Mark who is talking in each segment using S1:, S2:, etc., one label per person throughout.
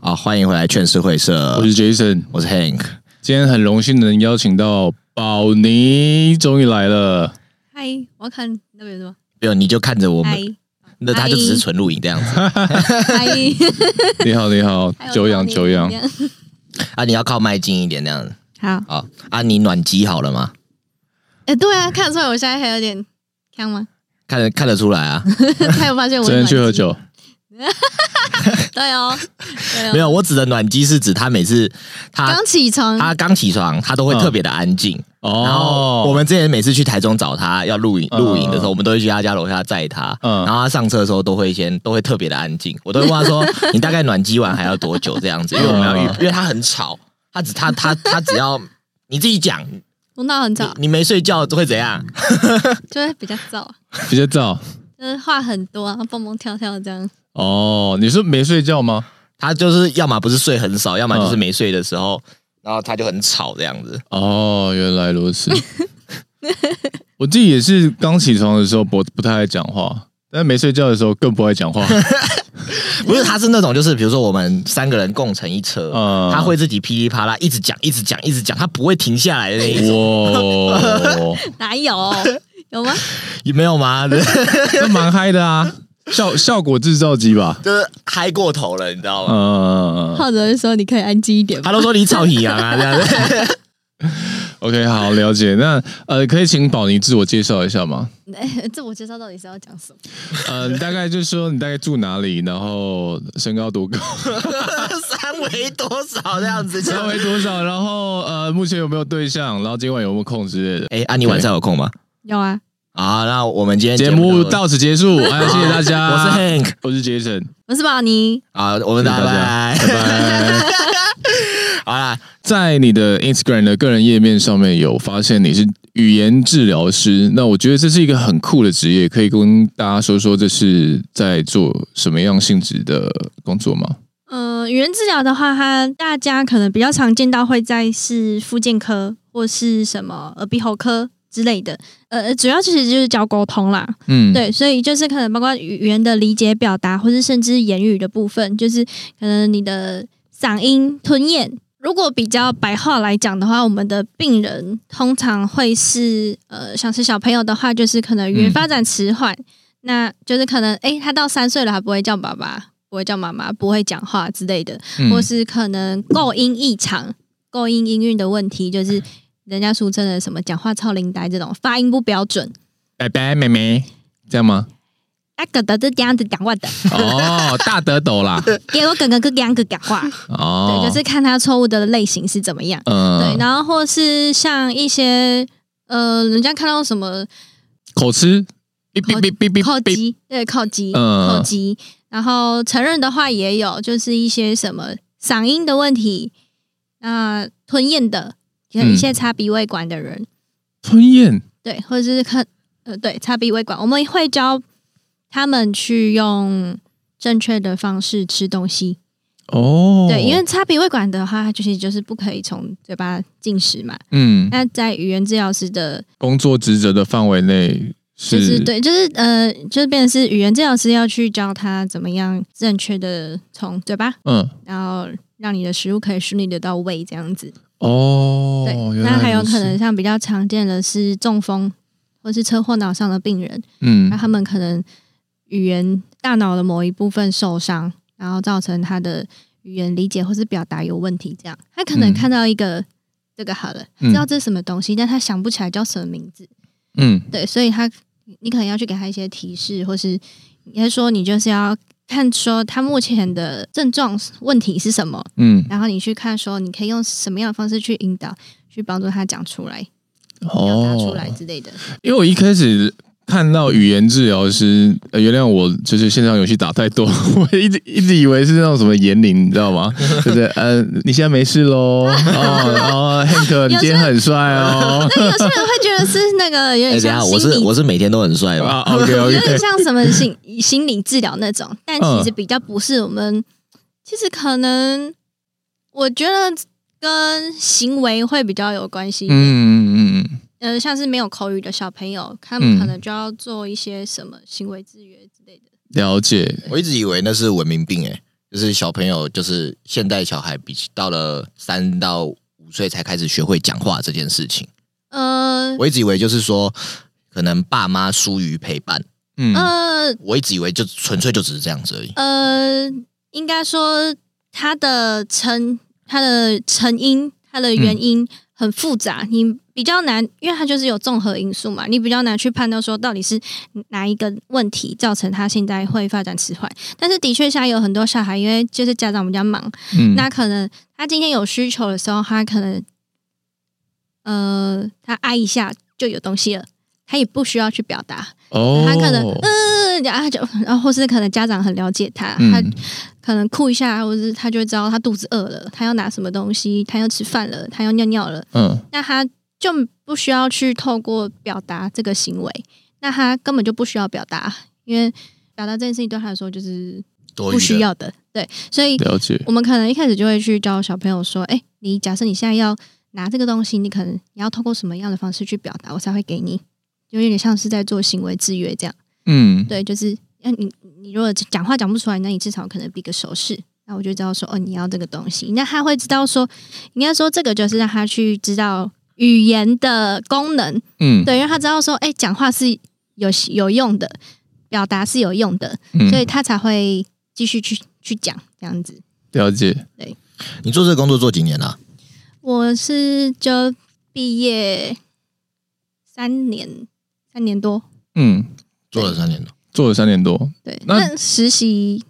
S1: 啊欢迎回来劝世会社
S2: 我，是 Jason，
S1: 我是 Hank。
S2: 今天很荣幸能邀请到宝妮，终于 来了。
S3: 嗨，我要看那边是吗？
S1: 没有，你就看着我
S3: 嗨
S1: 们，那他就只是纯录影这样子
S3: 嗨，
S2: 你好，你好
S3: 还，有
S2: 久仰
S3: 少年
S2: 久仰
S3: 这。样
S1: 啊，你要靠麦近一点那样子。
S3: 好，
S1: 好啊，你暖机好了吗？
S3: 哎，对啊，看得出来我现在还有点看吗？
S1: 看得看得出来啊，
S3: 他有发现我
S2: 昨天去
S3: 暖
S2: 喝
S3: 机？
S2: 酒，
S3: 对哦，
S1: 没
S3: 对哦，
S1: 有，我指的暖机是指他每次他
S2: 啊
S3: 刚起床，
S1: 他刚起床，他都会
S2: 嗯
S1: 特别的安静。然后
S2: 哦，
S1: 我们之前每次去台中找他要录影
S2: 嗯
S1: 录影的时候，我们都会去他家楼下载他。
S2: 嗯
S1: 然后他上车的时候都会先都会特别的安静，我都会问他 说：“你大概暖机完还要多久？”这样子，因为我们
S2: 嗯
S1: 要预，因为他很吵，他只他他他只要你自己讲，你
S3: 我闹很早，
S1: 你没睡觉会怎样？
S3: 就会比较燥，
S2: 比较燥。
S3: 就是话很多，然后蹦蹦跳跳这样。
S2: 哦，你是没睡觉吗？
S1: 他就是要么不是睡很少，要么就是没睡的时候，然后他就很吵这样子。
S2: 哦，原来 如此。我自己也是刚起床的时候不不太爱讲话，但没睡觉的时候更不爱 讲话。
S1: 不是，他是那种就是比如说我们三个人共乘一车，
S2: 嗯
S1: 他会自己噼里啪啦一直讲，一直讲，一直讲，他不会停下来的那一
S2: 嗯
S1: 种，
S2: 哇，
S3: 哪有？ 有吗？
S1: 你没有吗？
S2: 那蛮嗨的啊，效效果制造机吧。
S1: 就是嗨过头了，你知道吗？
S2: 嗯
S3: 浩哲就说你可以安静一点吧。
S1: 他都说你吵一样啊，这样子。
S2: ，OK，好，了解。那呃，可以请宝妮自我介绍一下吗？
S3: 哎，自我介绍到底是要讲什么？
S2: 呃，你大概就是说你大概住哪里，然后身高 多高，
S1: 三围多少这样子？
S2: 稍微多少，然后呃，目前有没有对象，然后今晚有没有空之类的。
S1: 哎、啊，你晚上有空吗？
S3: 有啊，
S1: 啊，那我们今天
S2: 节
S1: 目
S2: 目到此结束，哎，谢谢大家。
S1: 我是 Hank
S2: 我是 Jason，
S3: 我是宝妮，
S1: 啊，我们
S2: 谢谢大
S1: 拜
S2: 家
S1: 拜。
S2: 拜。
S1: 好啦，
S2: 在你的 Instagram 的个人页面上面有发现你是语言治疗师，那我觉得这是一个很酷的职业，可以跟大家说说这是在做什么样性质的工作吗？
S3: 嗯，语言治疗的话，它大家可能比较常见到会在是复健科或是什么耳鼻喉科之类的，呃，主要其实就是教沟通啦，
S2: 嗯，
S3: 对，所以就是可能包括语言的理解、表达，或是甚至言语的部分，就是可能你的嗓音、吞咽。如果比较白话来讲的话，我们的病人通常会是呃，像是小朋友的话，就是可能语言
S2: 嗯
S3: 发展迟缓，那就是可能诶，他到三岁了还不会叫爸爸，不会叫妈妈，不会讲话之类的。
S2: 嗯，
S3: 或是可能构音异常、构音音韵的问题，就是人家俗称的什么讲话超龄呆这种发音不标准。
S2: 拜拜，妹妹，这样 吗？
S3: 啊，哥哥是这样子讲话的，
S2: 哦，大得斗啦，
S3: 给我哥哥哥这样子讲话，
S2: 哦，
S3: 对，就是看他错误的类型是怎么样。
S2: 嗯，
S3: 对，然后或是像一些呃，人家看到什么
S2: 口吃，哔
S3: 口
S2: 哔哔哔哔
S3: 靠
S2: 哔，
S3: 机，对，靠机，
S2: 嗯
S3: 靠机。然后成人的话也有，就是一些什么嗓音的问题，那、吞咽的，有一些插鼻胃管的人，
S2: 吞咽，
S3: 对，或者是看呃，对，插鼻胃管，我们会教他们去用正确的方式吃东西。
S2: 哦，
S3: 对，因为插鼻胃管的话，它就是就是不可以从嘴巴进食嘛。
S2: 嗯，
S3: 那在语言治疗师的，
S2: 工作职责的范围内，
S3: 就是对，就是呃，就是变成是语言治疗师要去教他怎么样正确的从嘴巴，
S2: 嗯，
S3: 然后让你的食物可以顺利的到胃这样子。
S2: 哦，
S3: 对，
S2: 原来
S3: 那还有
S2: 如此
S3: 可能，像比较常见的是中风或是车祸脑上的病人。那
S2: 嗯，
S3: 他们可能语言大脑的某一部分受伤，然后造成他的语言理解或是表达有问题，这样他可能
S2: 嗯
S3: 看到一个、这个好了，
S2: 嗯
S3: 知道这是什么东西，但他想不起来叫什么名字，
S2: 嗯，
S3: 对，所以他你可能要去给他一些提示，或是应该说你就是要看说他目前的症状问题是什么，
S2: 嗯，
S3: 然后你去看说你可以用什么样的方式去引导，去帮助他讲出来、表达出
S2: 哦，
S3: 来之类的。
S2: 因为我一开始。看到语言治疗师，呃，原谅我，就是线上游戏打太多，我一直一直以为是那种什么言灵，你知道吗？就是呃，你现在没事喽，哦，然后 Hank，你今天很帅哦，
S3: 那有些人会觉得是那个有
S1: 哎、
S3: 点
S1: 等一下
S3: 像
S1: 我
S3: 心
S1: 是
S3: 理
S1: 我是每天都很帅吧？
S2: 啊，OK
S3: 有
S2: OK，
S3: 点像什么心心理治疗那种，但其
S2: 嗯
S3: 实比较不是我们，其实可能我觉得跟行为会比较有关系。
S2: 嗯嗯嗯嗯，
S3: 呃，像是没有口语的小朋友，他
S2: 嗯
S3: 们可能就要做一些什么行为制约之类的。
S2: 了解。
S1: 我一直以为那是文明病哎、就是小朋友，就是现代小孩比起到了三到五岁才开始学会讲话这件事情。
S3: 呃
S1: 我一直以为就是说，可能爸妈疏于陪伴，
S2: 嗯
S3: 呃
S1: 我一直以为就纯粹就只是这样子而已。
S3: 呃，应该说它的成它的成因它的原因很复杂，你比较难，因为它就是有综合因素嘛，你比较难去判断说到底是哪一个问题造成他现在会发展迟缓。但是的确，现在有很多小孩，因为就是家长比较忙，
S2: 嗯
S3: 那可能他今天有需求的时候，他可能呃，他挨一下就有东西了，他也不需要去表达，
S2: 哦，
S3: 他可能嗯，然后就然后或是可能家长很了解他，他
S2: 嗯
S3: 可能哭一下，或是他就会知道他肚子饿了，他要拿什么东西，他要吃饭了，他要尿尿了，
S2: 嗯
S3: 那他就不需要去透过表达这个行为，那他根本就不需要表达，因为表达这件事情对他来说就是
S1: 多余
S3: 不
S1: 的
S3: 需要的，对，所以
S2: 了解，
S3: 我们可能一开始就会去教小朋友说，哎、你假设你现在要拿这个东西，你可能你要透过什么样的方式去表达，我才会给你，就有点像是在做行为制约这样。
S2: 嗯
S3: 对，就是那你你如果讲话讲不出来，那你至少可能比个手势，那我就知道说哦你要这个东西，那他会知道说，应该说这个就是让他去知道语言的功能，
S2: 嗯，
S3: 对，让他知道说，哎、讲话是有有用的，表达是有用的，
S2: 嗯，
S3: 所以他才会继续去去讲这样子。
S2: 了解，
S1: 你做这个工作做几年了、啊
S3: 我是就毕业三年，三年多，
S2: 嗯，
S1: 做了三年了。
S2: 做了三年多，
S3: 对，
S2: 那
S3: 那实习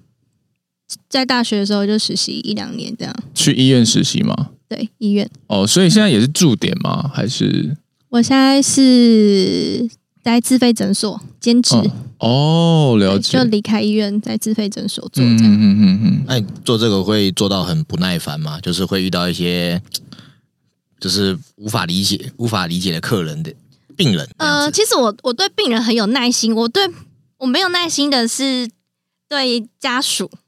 S3: 在大学的时候就实习一两年这样，
S2: 去医院实习嘛，
S3: 对，医院。
S2: 哦，所以现在也是驻点吗？还是
S3: 我现在是在自费诊所兼职，
S2: 哦哦，了
S3: 对
S2: 解
S3: 就，离开医院，在自费诊所做
S2: 嗯
S3: 这样。
S2: 嗯嗯嗯
S1: 那你做这个会做到很不耐烦吗？就是会遇到一些，就是无法理解、无法理解的客人的病人这样
S3: 呃，
S1: 子。
S3: 其实我我对病人很有耐心，我对我没有耐心的是对家属比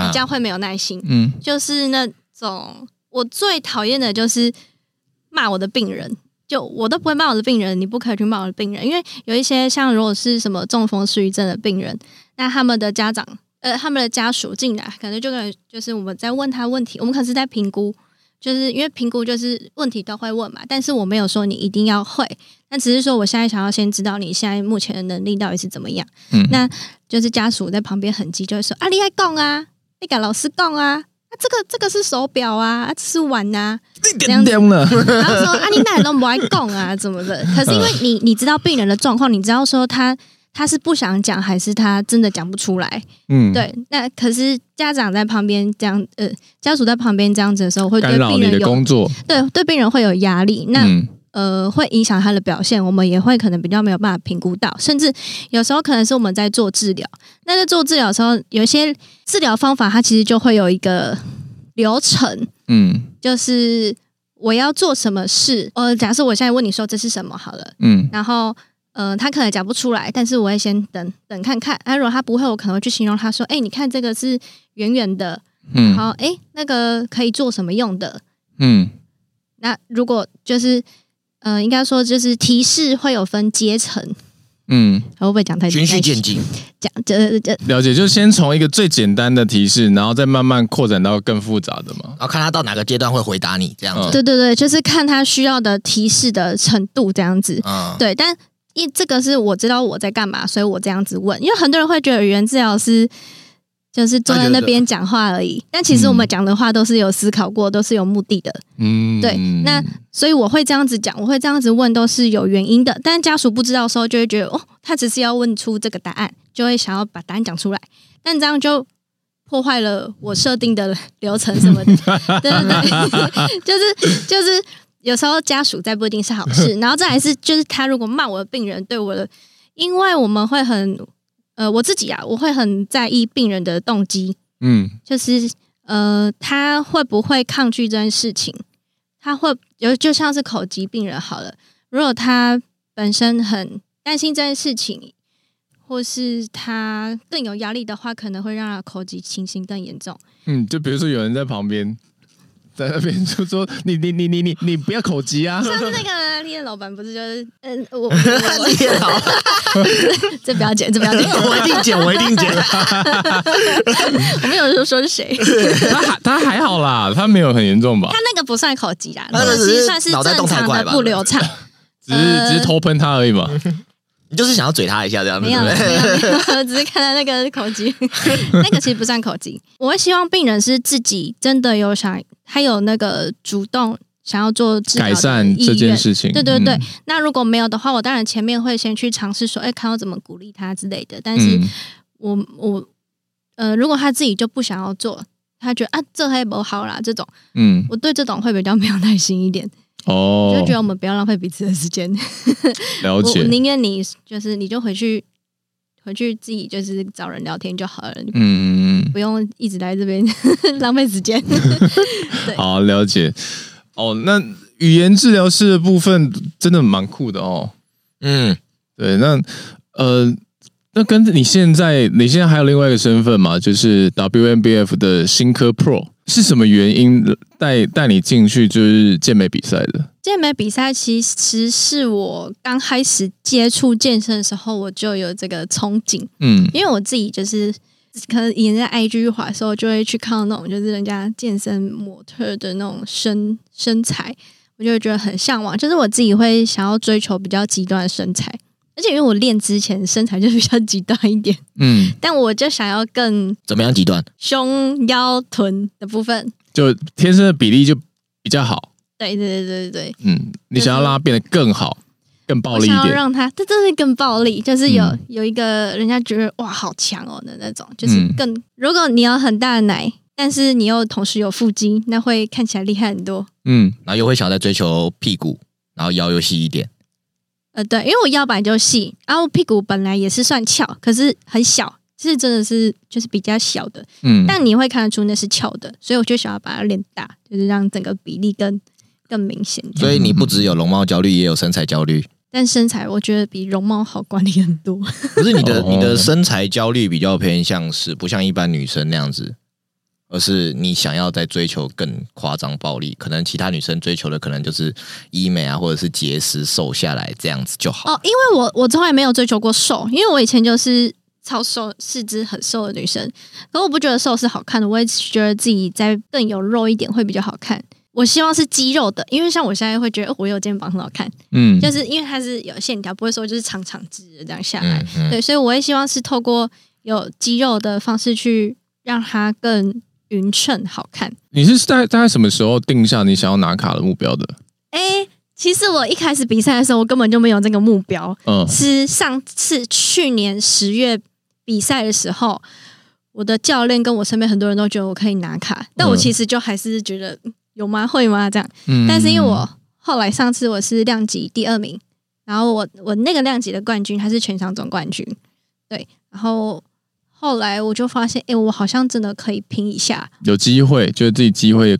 S1: 啊
S3: 较会没有耐心，
S2: 嗯
S3: 就是那种我最讨厌的就是骂我的病人。就我都不会骂我的病人，你不可以去骂我的病人，因为有一些像如果是什么中风失语症的病人，那他们的家长呃他们的家属进来，可能就可能就是我们在问他问题，我们可能是在评估，就是因为评估就是问题都会问嘛，但是我没有说你一定要会，那只是说我现在想要先知道你现在目前的能力到底是怎么样。
S2: 嗯，
S3: 那就是家属在旁边很急，就会说：“啊，你爱供啊，你给老师供啊，啊，这个这个是手表啊，啊，这是碗呐、
S2: 一
S3: 这样
S2: 点
S3: 子
S2: 点了，
S3: 然后说：“啊，你哪都不爱供啊，怎么的？”可是因为你你知道病人的状况，你知道说他他是不想讲，还是他真的讲不出来？
S2: 嗯，
S3: 对，那可是家长在旁边这样，呃，家属在旁边这样子的时候，会对
S2: 干扰
S3: 病
S2: 你
S3: 人
S2: 的
S3: 有
S2: 工作，
S3: 对对病人会有压力。那、
S2: 嗯
S3: 呃，会影响他的表现，我们也会可能比较没有办法评估到，甚至有时候可能是我们在做治疗。那在做治疗的时候，有一些治疗方法，它其实就会有一个流程，
S2: 嗯
S3: 就是我要做什么事。呃，假设我现在问你说这是什么好了，
S2: 嗯
S3: 然后呃，他可能讲不出来，但是我会先等等看看。啊那、如果他不会，我可能会去形容他说：“哎、你看这个是圆圆的，然
S2: 嗯
S3: 后哎、那个可以做什么用的？
S2: 嗯
S3: 那如果就是，呃，应该说就是提示会有分阶层，
S2: 嗯，
S3: 我会不会讲太
S1: 循序渐进，
S3: 讲这这
S2: 了解，就先从一个最简单的提示，然后再慢慢扩展到更复杂的嘛，
S1: 然后看他到哪个阶段会回答你这样子。
S3: 对对对，就是看他需要的提示的程度这样子。
S1: 嗯，
S3: 对，但一这个是我知道我在干嘛，所以我这样子问，因为很多人会觉得语言治疗师就是坐在那边讲话而已，但其实我们讲的话都是有思考过，都是有目的的。
S2: 嗯，
S3: 对那所以我会这样子讲，我会这样子问，都是有原因的。但家属不知道的时候，就会觉得哦，他只是要问出这个答案，就会想要把答案讲出来。但这样就破坏了我设定的流程什么的。对对对，就是就是有时候家属在不一定是好事。然后再来是，就是他如果骂我的病人对我的，因为我们会很呃我自己啊，我会很在意病人的动机。
S2: 嗯
S3: 就是呃，他会不会抗拒这件事情？他会有就像是口疾病人好了，如果他本身很担心这件事情，或是他更有压力的话，可能会让他口疾情形更严重。
S2: 嗯，就比如说有人在旁边，在那边就说你你你你你你不要口急啊，
S3: 上次那个店老板不是就是嗯，我我 我
S1: 你也好，
S3: 这不要剪，这不要 剪，
S1: 我一定剪，我一定剪。
S3: 我没有说说是谁，
S2: 他还他还好啦，他没有很严重吧
S3: 他，那个不算口疾啦，
S1: 那
S3: 那
S1: 个
S3: 个
S1: 只
S3: 其
S1: 是
S3: 实算是
S1: 脑袋动
S3: 正
S1: 太
S3: 常
S1: 快
S3: 的
S1: 吧
S3: 不流 畅，
S2: 只是
S3: 呃
S2: 只是偷喷他而已嘛。
S1: 你就是想要嘴他一下这样子，
S3: 没
S1: 对
S3: 有
S1: 不
S3: 啦
S1: 对？
S3: 没有，没有只是看到那个口疾， 那个其实不算口疾。我会希望病人是自己真的有想，他有那个主动想要做治疗的
S2: 改善这
S3: 意愿
S2: 件事情，
S3: 对对对
S2: 嗯，
S3: 那如果没有的话，我当然前面会先去尝试说，哎，看我怎么鼓励他之类的。但是
S2: 嗯
S3: 我、我呃，如果他自己就不想要做，他觉得啊这还不好啦，这种
S2: 嗯
S3: 我对这种会比较没有耐心一点，
S2: 哦
S3: 就觉，得我们不要浪费彼此的时间。
S2: 了
S3: 我
S2: 解
S3: 我，宁愿你就是你就回去回去自己就是找人聊天就好了，你
S2: 嗯嗯嗯
S3: 不用一直来这边 浪费时间。
S2: 嗯，好了解。哦，那语言治疗师的部分真的蛮酷的哦。
S1: 嗯，
S2: 对，那呃，那跟你现在，你现在还有另外一个身份嘛，就是 WNBF 的新科 Pro 是什么原因带带你进去就是健美比赛的？
S3: 健美比赛其实是我刚开始接触健身的时候，我就有这个憧憬，
S2: 嗯
S3: 因为我自己就是可能以前在 IG 滑的时候，就会去看到那种就是人家健身模特的那种身身材，我就会觉得很向往，就是我自己会想要追求比较极端的身材，而且因为我练之前身材就比较极端一点，
S2: 嗯，
S3: 但我就想要更
S1: 怎么样极端？
S3: 胸腰臀的部分。
S2: 就天生的比例就比较好。
S3: 对对对对对，
S2: 嗯，你想要让它变得更好、更暴
S3: 我
S2: 力一
S3: 想要
S2: 点。
S3: 让他，这真是更暴力，就是有、
S2: 嗯
S3: 有一个人家觉得哇好强哦的那种，就是
S2: 嗯
S3: 更、如果你有很大的奶，但是你又同时有腹肌，那会看起来厉害很多。
S2: 嗯
S1: 然后又会想再追求屁股，然后腰又细一点。
S3: 呃，对，因为我腰板就细，然后屁股本来也是算翘，可是很小，是真的是就是比较小的，
S2: 嗯，
S3: 但你会看得出那是翘的，所以我就想要把它练大，就是让整个比例更更明显。
S1: 所以你不只有容貌焦虑，也有身材焦虑。
S3: 但身材我觉得比容貌好管理很多。
S1: 不是你的
S2: 哦
S1: 你的身材焦虑比较偏向是不像一般女生那样子，而是你想要在追求更夸张暴力。可能其他女生追求的可能就是医美啊，或者是节食瘦下来这样子就好。
S3: 哦，因为我我从来没有追求过瘦，因为我以前就是超瘦，四肢很瘦的女生。可我不觉得瘦是好看的，我也觉得自己再更有肉一点会比较好看。我希望是肌肉的，因为像我现在会觉得哦我有肩膀很好看，
S2: 嗯
S3: 就是因为它是有线条，不会说就是长长直的这样下来。
S1: 嗯嗯，
S3: 对，所以我也希望是透过有肌肉的方式去让它更匀称好看。
S2: 你是大大概什么时候定下你想要拿卡的目标的？
S3: 诶，其实我一开始比赛的时候，我根本就没有这个目标，
S2: 嗯
S3: 是上次去年十月比赛的时候，我的教练跟我身边很多人都觉得我可以拿卡，但我其实就还是觉得嗯有吗？会吗？这样。
S2: 嗯，
S3: 但是因为我后来上次我是量级第二名，然后我我那个量级的冠军他是全场总冠军，对，然后。后来我就发现，哎、我好像真的可以拼一下，
S2: 有机会，觉得自己机会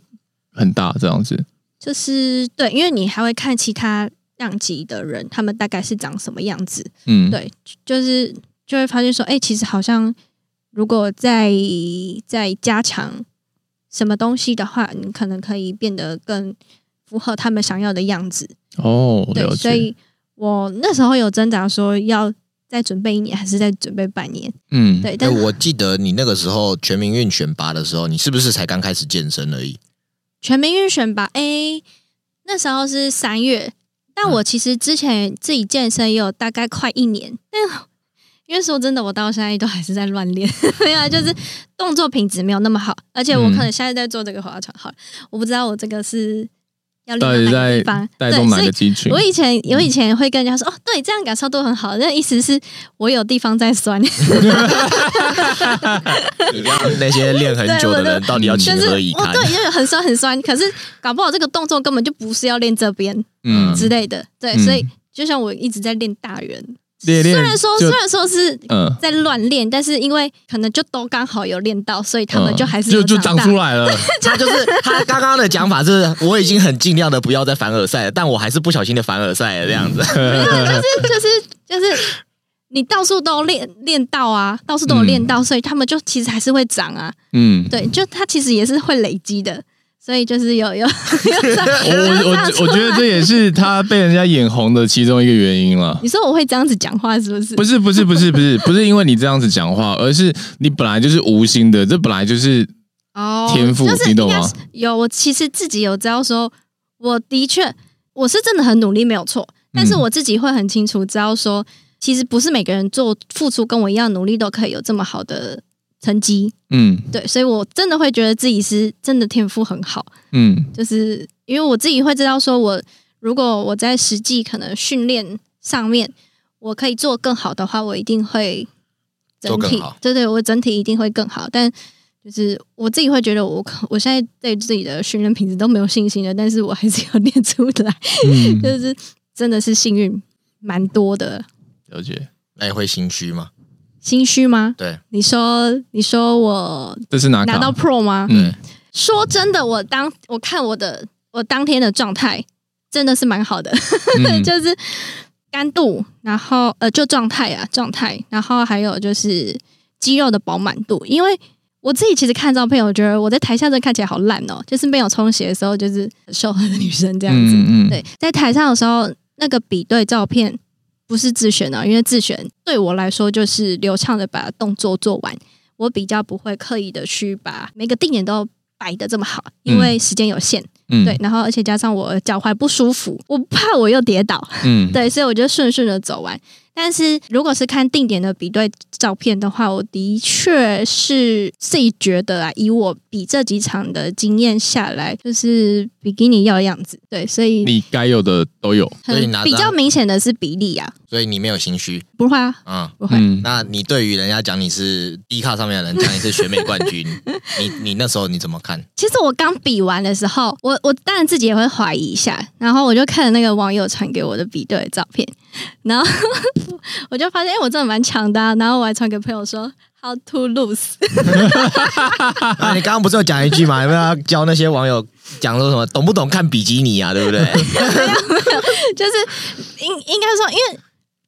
S2: 很大，这样子。
S3: 就是对，因为你还会看其他量级的人，他们大概是长什么样子，
S2: 嗯，
S3: 对就是就会发现说，哎、其实好像如果再再加强什么东西的话，你可能可以变得更符合他们想要的样子。
S2: 哦，
S3: 对
S2: 了，解。
S3: 所以我那时候有挣扎说要再准备一年，还是再准备半年？
S2: 嗯，
S3: 对，
S1: 哎，
S3: 但
S1: 我记得你那个时候全民运选拔的时候，你是不是才刚开始健身而已？
S3: 全民运选吧，哎、那时候是三月，但
S2: 嗯
S3: 我其实之前自己健身也有大概快一年，但因为说真的，我到现在都还是在乱练， 没有啊，就是动作品质没有那么好，而且我
S2: 嗯
S3: 可能现在在做这个划船，好了，我不知道我这个是要
S2: 到
S3: 练
S2: 底
S3: 到哪个
S2: 在
S3: 地方，
S2: 带动
S3: 对，
S2: 哪
S3: 所以
S2: 个肌群
S3: 我？以前我以前会跟人家说哦，对，这样感受度很好，那意思是我有地方在 酸，
S1: 你让那些练很久的
S3: 对我
S1: 人到底要情
S3: 就是
S1: 何以
S3: 我
S1: 堪？
S3: 对，就是很酸很酸，可是搞不好这个动作根本就不是要练这边
S2: 嗯，
S3: 之类的，对，
S2: 嗯
S3: 所以就像我一直在练大圆，
S2: 练练
S3: 虽然说
S2: 就
S3: 虽然说是
S2: 嗯，
S3: 在乱练，但是因为可能就都刚好有练到，所以他们
S2: 嗯
S3: 就还是
S2: 就
S3: 有
S2: 就长
S3: 长大
S2: 出来 了。
S1: 他就是他刚刚的讲法是，我已经很尽量的不要再凡尔赛了，但我还是不小心的凡尔赛了这样 子。
S3: 就是就是你到处都练练到啊，到 处都有练到，所以他们就其实还是会长啊。
S2: 嗯，
S3: 对，就它其实也是会累积的，所以就是有 有有长
S2: 我
S1: 哦
S2: 我我我觉得这也是他被人家眼红的其中一个原因了。
S3: 你说我会这样子讲话是不是？
S2: 不是不是不是不是不是因为你这样子讲话，而是你本来就是无心的，这本来就是
S3: 哦
S2: 天赋
S3: 就是
S2: 你懂
S3: 应该
S2: 吗
S3: 是有，我其实自己有知道说，我的确我是真的很努力，没有错，但是
S2: 嗯
S3: 我自己会很清楚知道说，其实不是每个人做付出跟我一样努力都可以有这么好的成绩，
S2: 嗯
S3: 对，所以我真的会觉得自己是真的天赋很好，
S2: 嗯
S3: 就是因为我自己会知道说我如果我在实际可能训练上面我可以做更好的话，我一定会整
S1: 做
S3: 体
S1: 更好
S3: 对对，我整体一定会更好。但就是我自己会觉得我我现在对自己的训练品质都没有信心了，但是我还是要 练出来，
S2: 嗯，
S3: 就是真的是幸运蛮多的。
S2: 了解，
S1: 那哎你会心虚吗？
S3: 心虚吗？
S1: 对，
S3: 你说你说我
S2: 这是拿
S3: 拿到
S2: 卡，
S3: Pro 吗？
S2: 嗯
S3: 说真的，我当我看我的我当天的状态真的是蛮好的。
S2: 嗯
S3: 就是干度，然后呃，就状态啊，状态，然后还有就是肌肉的饱满度。因为我自己其实看照片，我觉得我在台下真的看起来好烂哦，就是没有充血的时候，就是很 瘦的女生这样子。
S2: 嗯嗯
S3: 对，在台上的时候，那个比对照片不是自选啊的，因为自选对我来说就是流畅的把动作做完，我比较不会刻意的去把每个定点都摆的这么好，因为时间有限。
S2: 嗯
S3: 对，然后而且加上我脚踝不舒服，我怕我又跌倒，
S2: 嗯
S3: 对，所以我就顺顺的走完。但是如果是看定点的比对照片的话，我的确是自己觉得啊，以我比这几场的经验下来，就是比基尼要的样子，对，所以
S2: 你该有的都有，
S1: 所以
S3: 很
S1: 拿
S3: 比
S1: 到
S3: 较明显的是比例啊，
S1: 所以你没有心虚，
S3: 不会啊，
S1: 嗯。
S3: 不会，
S2: 嗯，
S1: 那你对于人家讲你是低卡上面的人讲你是选美冠 军，你你那时候你怎么看？
S3: 其实我刚比完的时候，我我当然自己也会怀疑一下，然后我就看了那个网友传给我的比对的照片，然后 我就发现，哎、我真的蛮强的、啊，然后我还传给朋友说 how to lose，
S1: 啊，你刚刚不是有讲一句吗？有没有要教那些网友讲说什么懂不懂看比基尼啊？对不对？
S3: 就是应应该说，因为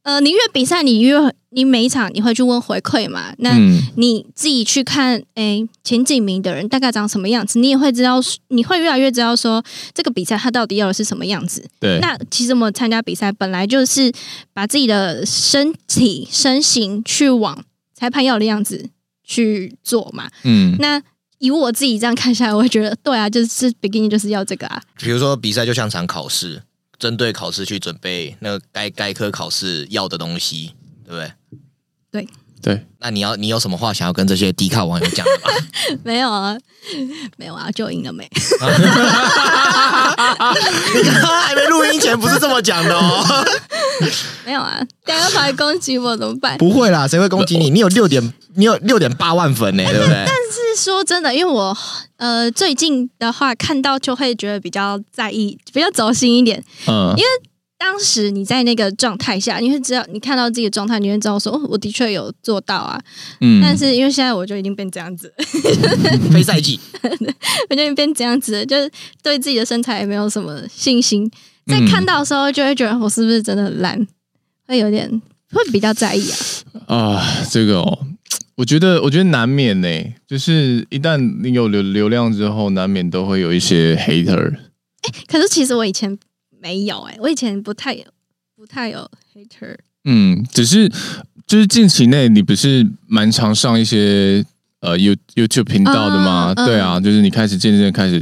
S3: 呃，你越比赛，你越你每一场你会去问回馈嘛，那。
S2: 嗯
S3: 你自己去看，诶、前几名的人大概长什么样子，你也会知道，你会越来越知道说这个比赛它到底要的是什么样子。
S2: 对，
S3: 那其实我们参加比赛本来就是把自己的身体身形去往裁判要的样子去做嘛。
S2: 嗯
S3: 那以我自己这样看下来，我会觉得对啊，就是比基尼就是要这个啊。
S1: 比如说比赛就像场考试，针对考试去准备那个该该科考试要的东西，对不对？
S2: 对，
S1: 那你要你有什么话想要跟这些低卡网友讲的 吗？
S3: 没有啊，没有啊，就赢了没？
S1: 你刚刚还没录音前不是这么讲的哦。
S3: 没有啊，大家跑来攻击我怎么 办？
S1: 不会啦，谁会攻击你？你有六点，你有六点八万 粉呢、对不对？
S3: 是说真的，因为我呃最近的话看到就会觉得比较在意，比较走心一点。
S2: 嗯，
S3: 当时你在那个状态下，你会知道，你看到自己的状态，你会知道说，哦，我的确有做到啊。
S2: 嗯
S3: 但是因为现在我就已经变这样子，
S1: 非赛季，
S3: 我就已经变这样子了，就是对自己的身材也没有什么信心。在看到的时候，就会觉得我是不是真的很烂，会有点会比较在意啊。
S2: 啊，这个哦，我觉得，我觉得难免呢、就是一旦你有流流量之后，难免都会有一些 hater。
S3: 可是其实我以前没有哎、我以前不太不太有 hater。
S2: 嗯，只是就是近期内你不是蛮常上一些呃 You YouTube 频道的吗？
S3: 嗯嗯
S2: 对啊，就是你开始渐渐开始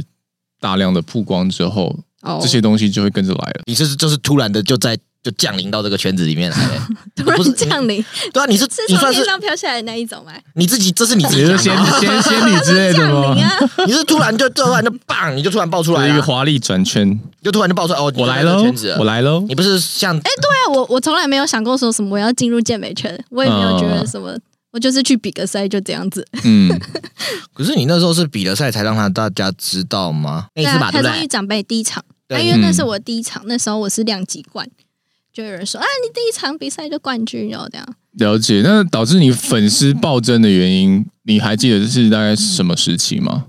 S2: 大量的曝光之后，
S3: 哦
S2: 这些东西就会跟着来了。
S1: 你是就是突然的就在就降临到这个圈子里面来 了。
S3: 突
S1: 不是
S3: 然降临，
S1: 对啊，你是
S3: 是
S1: 你
S3: 从
S1: 算
S3: 天
S1: 是
S3: 上飘下来的那一种吗？
S1: 你自己，这是你自
S2: 比
S1: 己
S2: 如
S1: 讲
S2: 仙
S1: 的啊，
S2: 仙仙女之类的
S3: 降
S2: 吗
S3: 哦临？啊！
S1: 你是突然就突然就棒，你就突然爆出来
S2: 对一个
S1: 了，
S2: 华丽转圈，
S1: 就突然就爆出来哦，
S2: 我来
S1: 了
S2: 喽，，
S3: 啊
S2: 我来喽。
S1: 你不是像
S3: 对啊，我我从来没有想过说什么我要进入健美圈，我也没有觉
S2: 啊
S3: 得什么，我就是去比个赛就这样子。
S2: 嗯，
S1: 可是你那时候是比了赛才让他大家知道吗？那一次吧，
S3: 啊，
S1: 对
S3: 台
S1: 不
S3: 中一
S1: 对？
S3: 长辈第一场，
S1: 对
S3: 啊，因为那
S2: 嗯
S3: 是我第一场，那时候我是量级冠，就有人说啊，你第一场比赛就冠军哦，这样。
S2: 了解。那导致你粉丝暴增的原因，你还记得是大概是什么时期吗？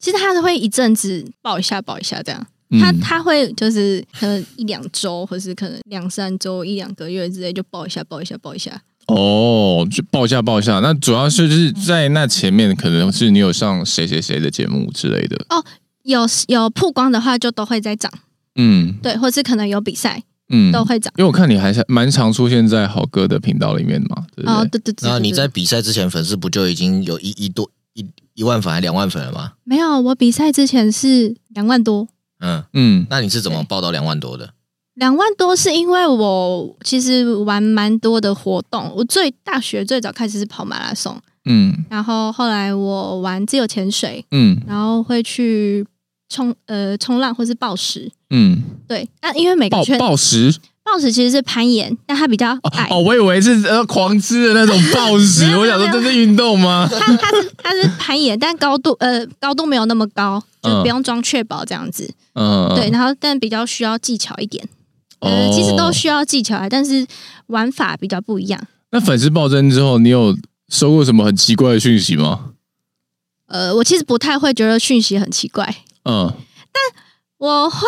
S3: 其实他是会一阵子报一下报一下这样，
S2: 嗯
S3: 他他会就是可能一两周，或是可能两三周、一两个月之类就报一下报一下报一下。
S2: 哦，就报一下报一下。那主要是就是在那前面，可能是你有上谁谁谁的节目之类的。
S3: 有有曝光的话，就都会在涨，
S2: 嗯
S3: 对，或是可能有比赛
S2: 嗯，
S3: 都会涨。
S2: 因为我看你还是蛮常出现在好哥的频道里面嘛，嗯对不对？
S3: 哦，对对对
S1: 那
S3: 对
S1: 你
S3: 对
S1: 在比赛之前，粉丝不就已经有一一多一一万粉还两万粉了吗？
S3: 没有？我比赛之前是两万多，
S1: 嗯，
S2: 嗯
S1: 那你是怎么报到两万多的？
S3: 两万多是因为我其实玩蛮多的活动。我最大学最早开始是跑马拉松，
S2: 嗯
S3: 然后后来我玩自由潜水，
S2: 嗯
S3: 然后会去冲呃冲浪或是暴食。
S2: 嗯，
S3: 对，那因为每个
S2: 暴
S3: 圈
S2: 暴食
S3: 暴食其实是攀岩，但它比较
S2: 哦
S3: 矮，
S2: 哦，我以为是呃狂吃的那种暴
S3: 没
S2: 食，
S3: 有
S2: 我想说
S3: 没有
S2: 这是运动吗？
S3: 它它是它是攀岩，但高度呃高度没有那么高，就
S2: 嗯
S3: 不用装确保这样子。
S2: 嗯，
S3: 对，然后但比较需要技巧一点，呃
S2: 哦，
S3: 其实都需要技巧啊，但是玩法比较不一样。
S2: 那粉丝暴增之后，你有收过什么很奇怪的讯息吗？
S3: 呃，我其实不太会觉得讯息很奇怪，
S2: 嗯
S3: 我会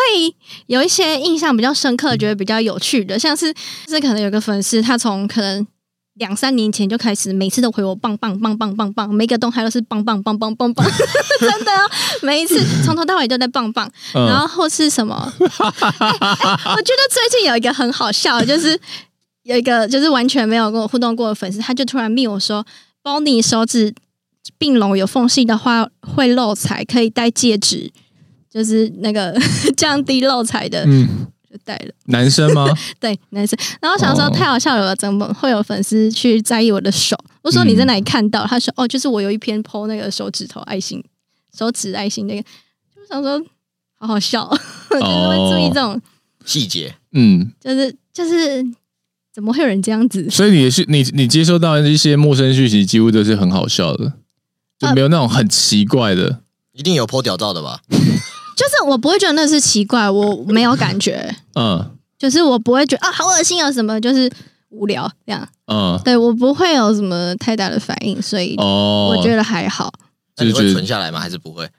S3: 有一些印象比较深刻，觉得比较有趣的，像是是可能有个粉丝，他从可能两三年前就开始，每次都回我棒棒棒棒棒棒，每个动态都是棒棒棒棒棒 棒，真的、哦，每一次从头到尾都在棒棒，然
S2: 嗯
S3: 后或是什么、 哎哎我觉得最近有一个很好笑，就是有一个就是完全没有跟我互动过的粉丝，他就突然密我说，包你手指并拢有缝隙的话会漏财，可以戴戒指，就是那个 降低漏财的
S2: 嗯，
S3: 就戴了。
S2: 男生 吗？
S3: 对，男生。然后想说
S2: 哦
S3: 太好笑了，怎么会有粉丝去在意我的手？我说你
S2: 嗯
S3: 在哪里看到？他说哦，就是我有一篇 PO 那个手指头爱心、手指爱心那个，就想说好好笑哦， 就是会注
S2: 哦
S3: 意这种，
S1: 细节
S2: 嗯，
S3: 就是就是怎么会有人这样子？
S2: 所以你也是你你接收到一些陌生讯息，几乎都是很好笑的，
S3: 呃
S2: 就没有那种很奇怪的。
S1: 一定有破屌照的吧？
S3: 就是我不会觉得那是奇怪，我没有感觉，
S2: 嗯
S3: 就是我不会觉得啊好恶心啊什么，就是无聊这样。
S2: 嗯
S3: 对我不会有什么太大的反应，所以
S2: 哦，
S3: 我觉得还好。
S1: 那你
S2: 就
S1: 会
S2: 是
S1: 存下来吗？还是不会？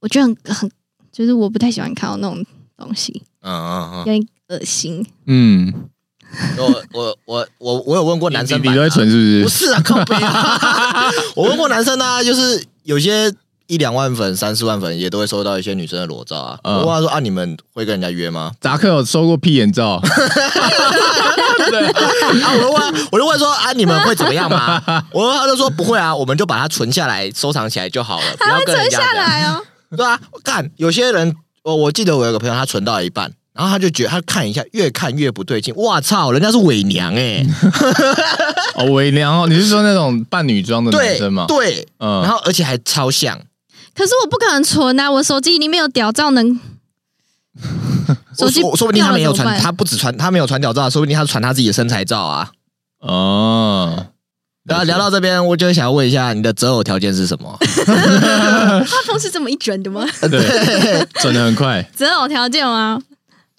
S3: 我觉得很很就是我不太喜欢看到那种东西。
S1: 嗯嗯
S3: 有点恶心。
S2: 嗯，
S1: 嗯，我我我我我有问过男生
S2: 你
S1: 版、啊，
S2: 你都在存是
S1: 不
S2: 不是？
S1: 是 啊，靠背啊！ 我问过男生啊，就是有些一两万粉、三四万粉也都会收到一些女生的裸照啊。
S2: 嗯
S1: 我问他说啊，你们会跟人家约吗？
S2: 达克有收过屁眼照，
S1: 啊，我就问，我就问说啊，你们会怎么样吗？我问他就说不会啊，我们就把它存下来、收藏起来就好了，不
S3: 还
S1: 要
S3: 会
S1: 跟人
S3: 存
S1: 家
S3: 下
S1: 讲。
S3: 来哦，
S1: 对啊，干有些人，我我记得我有个朋友，他存到一半。然后他就觉得他看一下，越看越不对劲。哇操，人家是伪娘 哎、
S2: 哦，伪娘哦，你是说那种扮女装的男
S1: 对
S2: 生吗？
S1: 对，然
S2: 嗯，
S1: 后而且还超像。
S3: 可是我不可能存啊，我手机里面有屌照 能。手机
S1: 说说不定
S3: 掉
S1: 他
S3: 了
S1: 没有
S3: 怎么
S1: 传，
S3: 办
S1: 他不止传，他没有传屌照，说不定他传他自己的身材照啊。
S2: 哦，
S1: 然后聊到这边，我就想问一下，你的择偶条件是什么？
S3: 画风是这么一卷的吗？
S2: 对，转的很快，
S3: 择偶条件吗？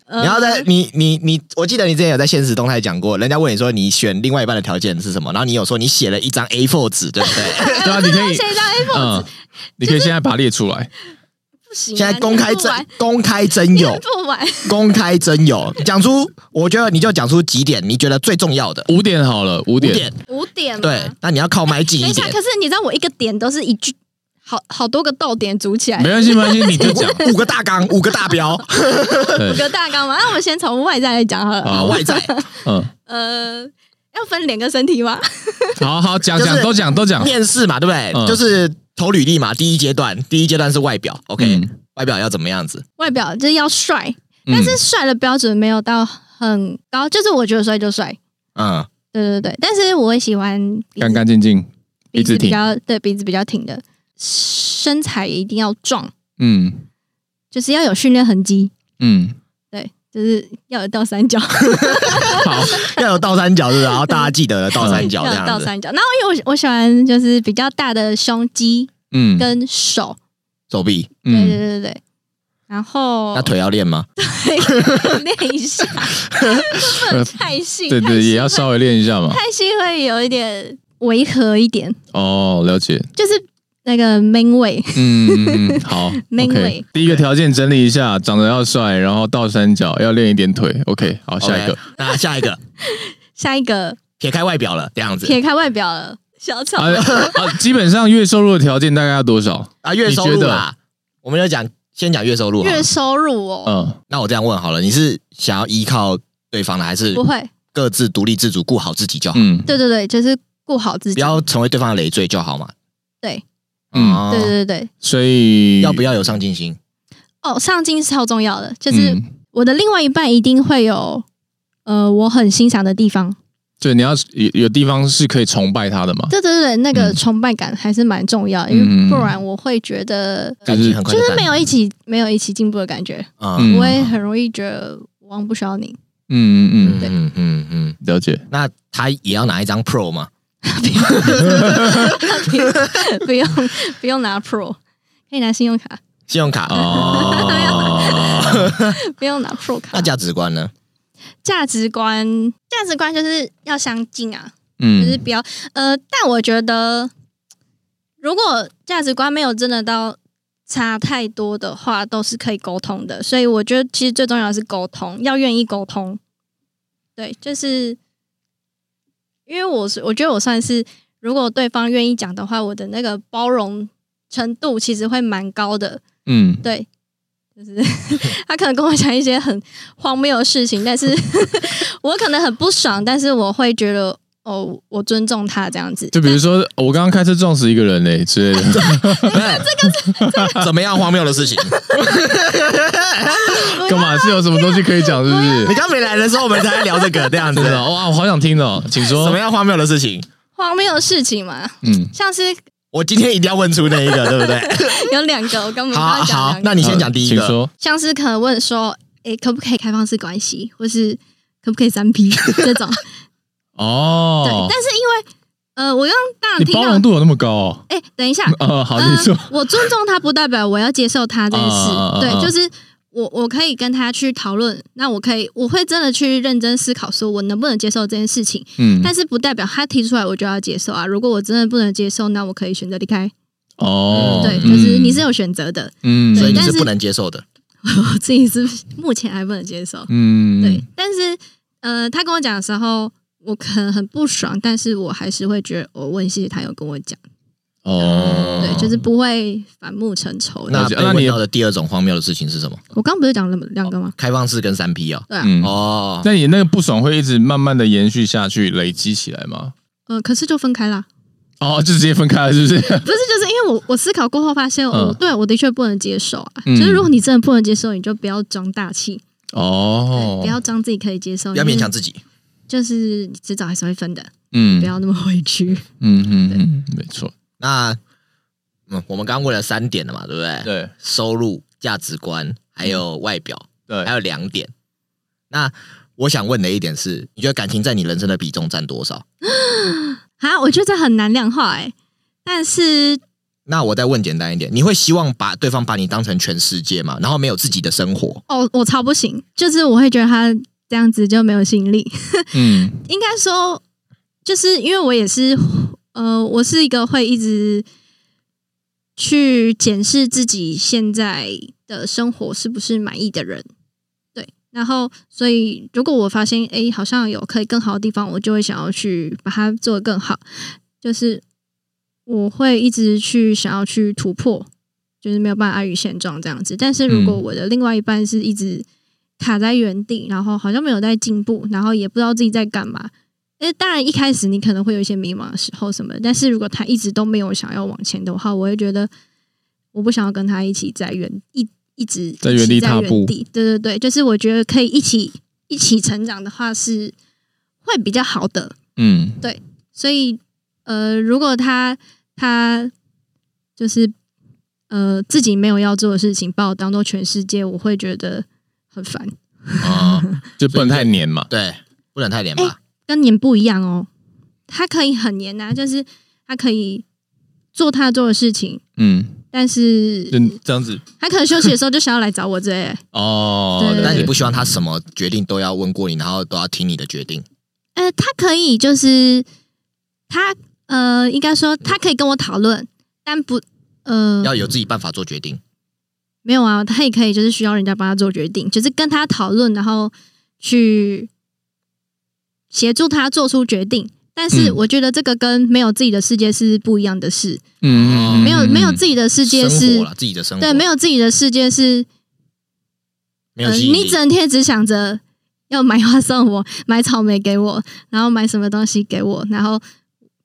S3: 呃
S1: 然后在你你你，我记得你之前有在现实动态讲过，人家问你说你选另外一半的条件是什么，然后你有说你写了一张 A4 纸，对不 对？
S2: 对啊，你可以
S3: 写一张 A
S2: 嗯，你可以现在把它列出来。
S3: 哎不行啊，
S1: 现在公开
S3: 你不
S1: 真
S3: 玩，
S1: 公开真
S3: 你
S1: 有，
S3: 不玩，
S1: 公开真有，讲出我觉得你就讲出几点你觉得最重要的
S2: 五点好了，五
S1: 五
S2: 点。
S1: 点，
S3: 五点嘛啊
S1: 对，那你要靠麦近
S3: 等
S1: 一
S3: 一下，
S1: 点
S3: 可。是你知道我一个点都是一句，好好多个逗点组起来
S2: 没，关系，没关系，你就 讲。
S1: 五个大纲，五个大 标，
S3: 五
S2: 对，
S3: 个大纲嘛。那我们先从外在来讲好了。
S2: 好
S1: 啊， 外在
S2: 嗯，
S3: 呃，要分脸跟身体吗？
S2: 好好讲
S1: 就是
S2: 讲，都讲都讲。
S1: 面试嘛，对不对？
S2: 嗯
S1: 就是投履历嘛，第一阶段，第一阶段是外表，OK，、
S2: 嗯
S1: 外表要怎么样子？
S3: 外表就是要帅，
S2: 嗯
S3: 但是帅的标准没有到很高，就是我觉得帅就帅，
S1: 嗯，
S3: 对对对，但是我会喜欢鼻
S2: 干
S3: 子
S2: 干净净，
S3: 鼻
S2: 鼻子
S3: 子比
S2: 挺。
S3: 较对鼻子比较挺的，身材一定要壮，
S2: 嗯
S3: 就是要有训练痕迹，
S2: 嗯，
S3: 对，就是要有 倒三角，
S2: 好，
S1: 要有倒三角是不是？然后大家记得了倒三角
S3: 嗯要
S1: 这
S3: 有倒
S1: 样子。
S3: 三角。然后因为我我喜欢就是比较大的胸肌
S2: 嗯
S3: 跟手，
S1: 手臂，
S3: 对对
S2: 嗯，
S3: 对对对，然后
S1: 那 腿要练吗？
S3: 练一 下，不能 太细，
S2: 呃对
S3: 太
S2: 对，
S3: 细
S2: 也要
S3: 会
S2: 稍微练一下嘛。
S3: 太细会有一点违和一点，
S2: 哦，了解。
S3: 就是那个 man 味。
S2: 嗯嗯 嗯，好。
S3: Main
S2: OK，
S3: way
S2: 第一个条件整理一下，长得要帅，然后倒三角，要练一点腿。OK，好，哦下一个
S1: OK，。那下一个，
S3: 下一个
S1: 撇开外表了，这样子
S3: 撇开外表了，小丑
S1: 哎
S2: 啊啊，基本上月收入的条件大概要多少？
S1: 啊，月收
S2: 你
S1: 入
S2: 觉
S1: 啦
S2: 得，
S1: 我们就讲先讲月收入好呃了
S3: 月收入哦，
S2: 嗯，
S1: 那我这样问好了，你是想要依靠对方的，还是
S3: 不会，
S1: 各自独立自主顾好自己就好？
S2: 嗯，
S3: 对对对，就是顾好自
S1: 不
S3: 己，
S1: 要成为对方的累赘就好嘛。
S3: 对，
S2: 嗯
S1: 哦
S3: 对对对。
S2: 所以
S1: 要不要有上进心？
S3: 哦，上进是超重要的，就是
S2: 嗯，
S3: 我的另外一半一定会有，呃，我很欣赏的地方。
S2: 对，你要有有地方是可以崇拜他的嘛，
S3: 对对对，那个
S2: 嗯
S3: 崇拜感还是蛮重要的，
S2: 嗯
S3: 因为不然我会觉得
S2: 就是
S1: 感情很快
S3: 就是没
S1: 有，
S3: 有一起没有一起进步的感觉，
S1: 嗯
S2: 嗯
S3: 我会很容易觉得王不需要你，
S2: 嗯嗯
S1: 嗯
S2: 嗯，
S1: 嗯嗯嗯。
S2: 了解，
S1: 那他也要拿一张 Pro 嘛？
S3: 不用不用不用拿 Pro，可以拿信用卡，
S1: 信用卡
S2: 哦，
S3: 不用拿 Pro 卡
S1: 那。价值观呢？
S3: 价值观价值观就是要相近啊，就是
S2: 嗯
S3: 比较呃，但我觉得如果价值观没有真的到差太多的话，都是可以沟通的。所以我觉得其实最重要的是沟通，要愿意沟通。对，就是因为我是我觉得我算是，如果对方愿意讲的话，我的那个包容程度其实会蛮高的。
S2: 嗯，
S3: 对，就是 他可能跟我讲一些很荒谬的事情，但是 我可能很不爽，但是我会觉得哦，我尊重他这样子。
S2: 就比如说我刚刚开车撞死一个人嘞之类 的，
S3: 啊
S1: 这个 是嗯怎么样荒谬的事情？
S2: 干嘛是有什么东西可以讲是不
S1: 你
S3: 啊
S2: 是？
S1: 刚没来的时候，我们才聊这个这样子
S2: 真。的哇，我好想听哦，请
S1: 什么
S2: 说，
S1: 样荒谬的事情？
S3: 荒谬的事情嘛，
S2: 嗯，
S3: 像是
S1: 我今天一定要问出那一个，对不 对？
S3: 有两个，我刚刚
S1: 好
S3: 刚讲
S1: 好
S3: 两，个，
S1: 那你先讲第一
S2: 呃请
S1: 个。
S2: 说，
S3: 像是可能问说，诶、可不可以开放式关系，或是可不可以三 P 这种？对，
S2: 哦
S3: 但，是因为呃，我用大人
S2: 你
S3: 听
S2: 包容
S3: 到，
S2: 度有那么高哦？
S3: 哎、等一下，
S2: 呃，好，
S3: 嗯，
S2: 你说，
S3: 我尊重他，不代表我要接受他这件事。
S2: 啊啊啊啊
S3: 对，就是我我可以跟他去讨论，那我可以我会真的去认真思考，说我能不能接受这件事情。
S2: 嗯，
S3: 但是不代表他提出来我就要接受啊。如果我真的不能接受，那我可以选择离开。
S2: 哦，
S3: 对，
S2: 嗯
S3: 就是你是，有选择的，
S2: 嗯
S1: 所以你
S3: 对但
S1: 是
S3: 是
S1: 不能接受的，
S3: 我自己是目前还不能接受。
S2: 嗯，
S3: 对，但是呃，他跟我讲的时候。我可能很不爽，但是我还是会觉得，我问谢谢他有跟我讲，
S2: 哦，
S3: 对，就是不会反目成仇的。
S1: 那
S2: 解
S1: 被
S2: 啊那你
S1: 问到的第二种荒谬的事情是什么？
S3: 我刚不是讲了两个吗？
S1: 开放式跟三 P 哦。
S3: 对啊，
S2: 嗯，
S1: 哦，
S2: 那你那个不爽会一直慢慢的延续下去，累积起来吗？
S3: 呃，可是就分开啦。
S2: 哦，就直接分开了，是不是？
S3: 不是，就是因为我我思考过后发现，我、
S2: 嗯
S3: 对我的确不能接受啊。
S2: 嗯
S3: 就是如果你真的不能接受，你就不要装大气，
S2: 哦
S3: 对，不要装自己可以接受，
S1: 不要勉强自己。
S3: 就是，就是你迟早还是会分的，
S2: 嗯，
S3: 不要那么委屈。
S2: 嗯，嗯嗯，没错，
S1: 那嗯，我们刚刚问了三点了嘛，对不对？
S2: 对
S1: 收入、价值观，还有外表，
S2: 对
S1: 还，有两点。那我想问的一点是，你觉得感情在你人生的比重占多少？
S3: 啊，我觉得这很难量化哎、但是
S1: 那我再问简单一点，你会希望把对方把你当成全世界吗？然后没有自己的生活？
S3: 哦，我超不行，就是我会觉得他这样子就没有吸引力。
S2: 嗯
S3: 应该说，就是因为我也是，呃，我是一个会一直去检视自己现在的生活是不是满意的人。对，然后所以如果我发现，诶好像有可以更好的地方，我就会想要去把它做得更好。就是我会一直去想要去突破，就是没有办法安于现状这样子。但是如果
S2: 嗯
S3: 我的另外一半是一直卡在原地，然后好像没有在进步，然后也不知道自己在干嘛。诶，当然一开始你可能会有一些迷茫的时候什么的，但是如果他一直都没有想要往前的话，我会觉得我不想要跟他一起在原一一直
S2: 在原地
S3: 一起
S2: 踏步
S3: 原地对对对，就是我觉得可以一起一起成长的话是会比较好的。
S2: 嗯
S3: 所以呃，如果他他就是呃自己没有要做的事情，把我当做全世界，我会觉得很烦，
S1: 啊、
S2: 就不能太黏嘛，
S1: 对，不能太黏吧？
S3: 跟黏不一样哦。他可以很黏啊，就是他可以做他做的事情，
S2: 嗯，
S3: 但
S2: 就是这样子
S3: 他可能休息的时候就想要来找我之类的。
S2: 哦，
S3: 对
S2: 了解
S1: 但你不希望他什么决定都要问过你，然后都要听你的决定。
S3: 呃，他可以就是他呃，应该说他可以跟我讨论，但不呃
S1: 要有自己办法做决定。
S3: 没有啊，他也可以就是需要人家帮他做决定，就是跟他讨论，然后去协助他做出决定。但是
S2: 嗯
S3: 我觉得这个跟没有自己的世界是不一样的事，
S2: 嗯，
S1: 嗯
S3: 没有没有自己的世界
S1: 生活
S3: 是
S1: 啦，自己的生活，
S3: 对，没有自己的世界是，
S1: 没有
S3: 呃
S1: 吸引力
S3: 你整天只想着要买花送我， 买草莓给我，然后买什么东西给我，然后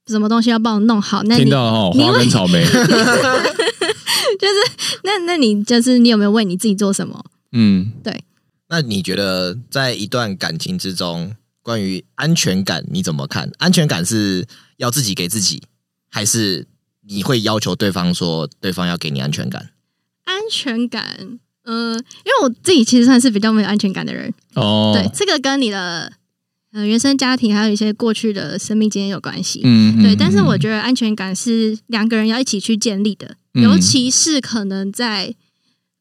S3: 什么东西要帮我弄好，那
S2: 听
S3: 你
S2: 到了哈，
S3: 你
S2: 花跟草莓，
S3: 那那你就是你有没有为你自己做什么？
S2: 嗯，
S1: 那你觉得在一段感情之中，关于安全感你怎么看？安全感是要自己给自己，还是你会要求对方说对方要给你安全感？
S3: 安全感，嗯、因为我自己其实算是比较没有安全感的人，
S2: 哦，
S3: 对，这个跟你的呃原生家庭还有一些过去的生命经验有关系。
S2: 嗯，嗯，
S3: 对，但是我觉得安全感是两个人要一起去建立的，
S2: 嗯
S3: 尤其是可能在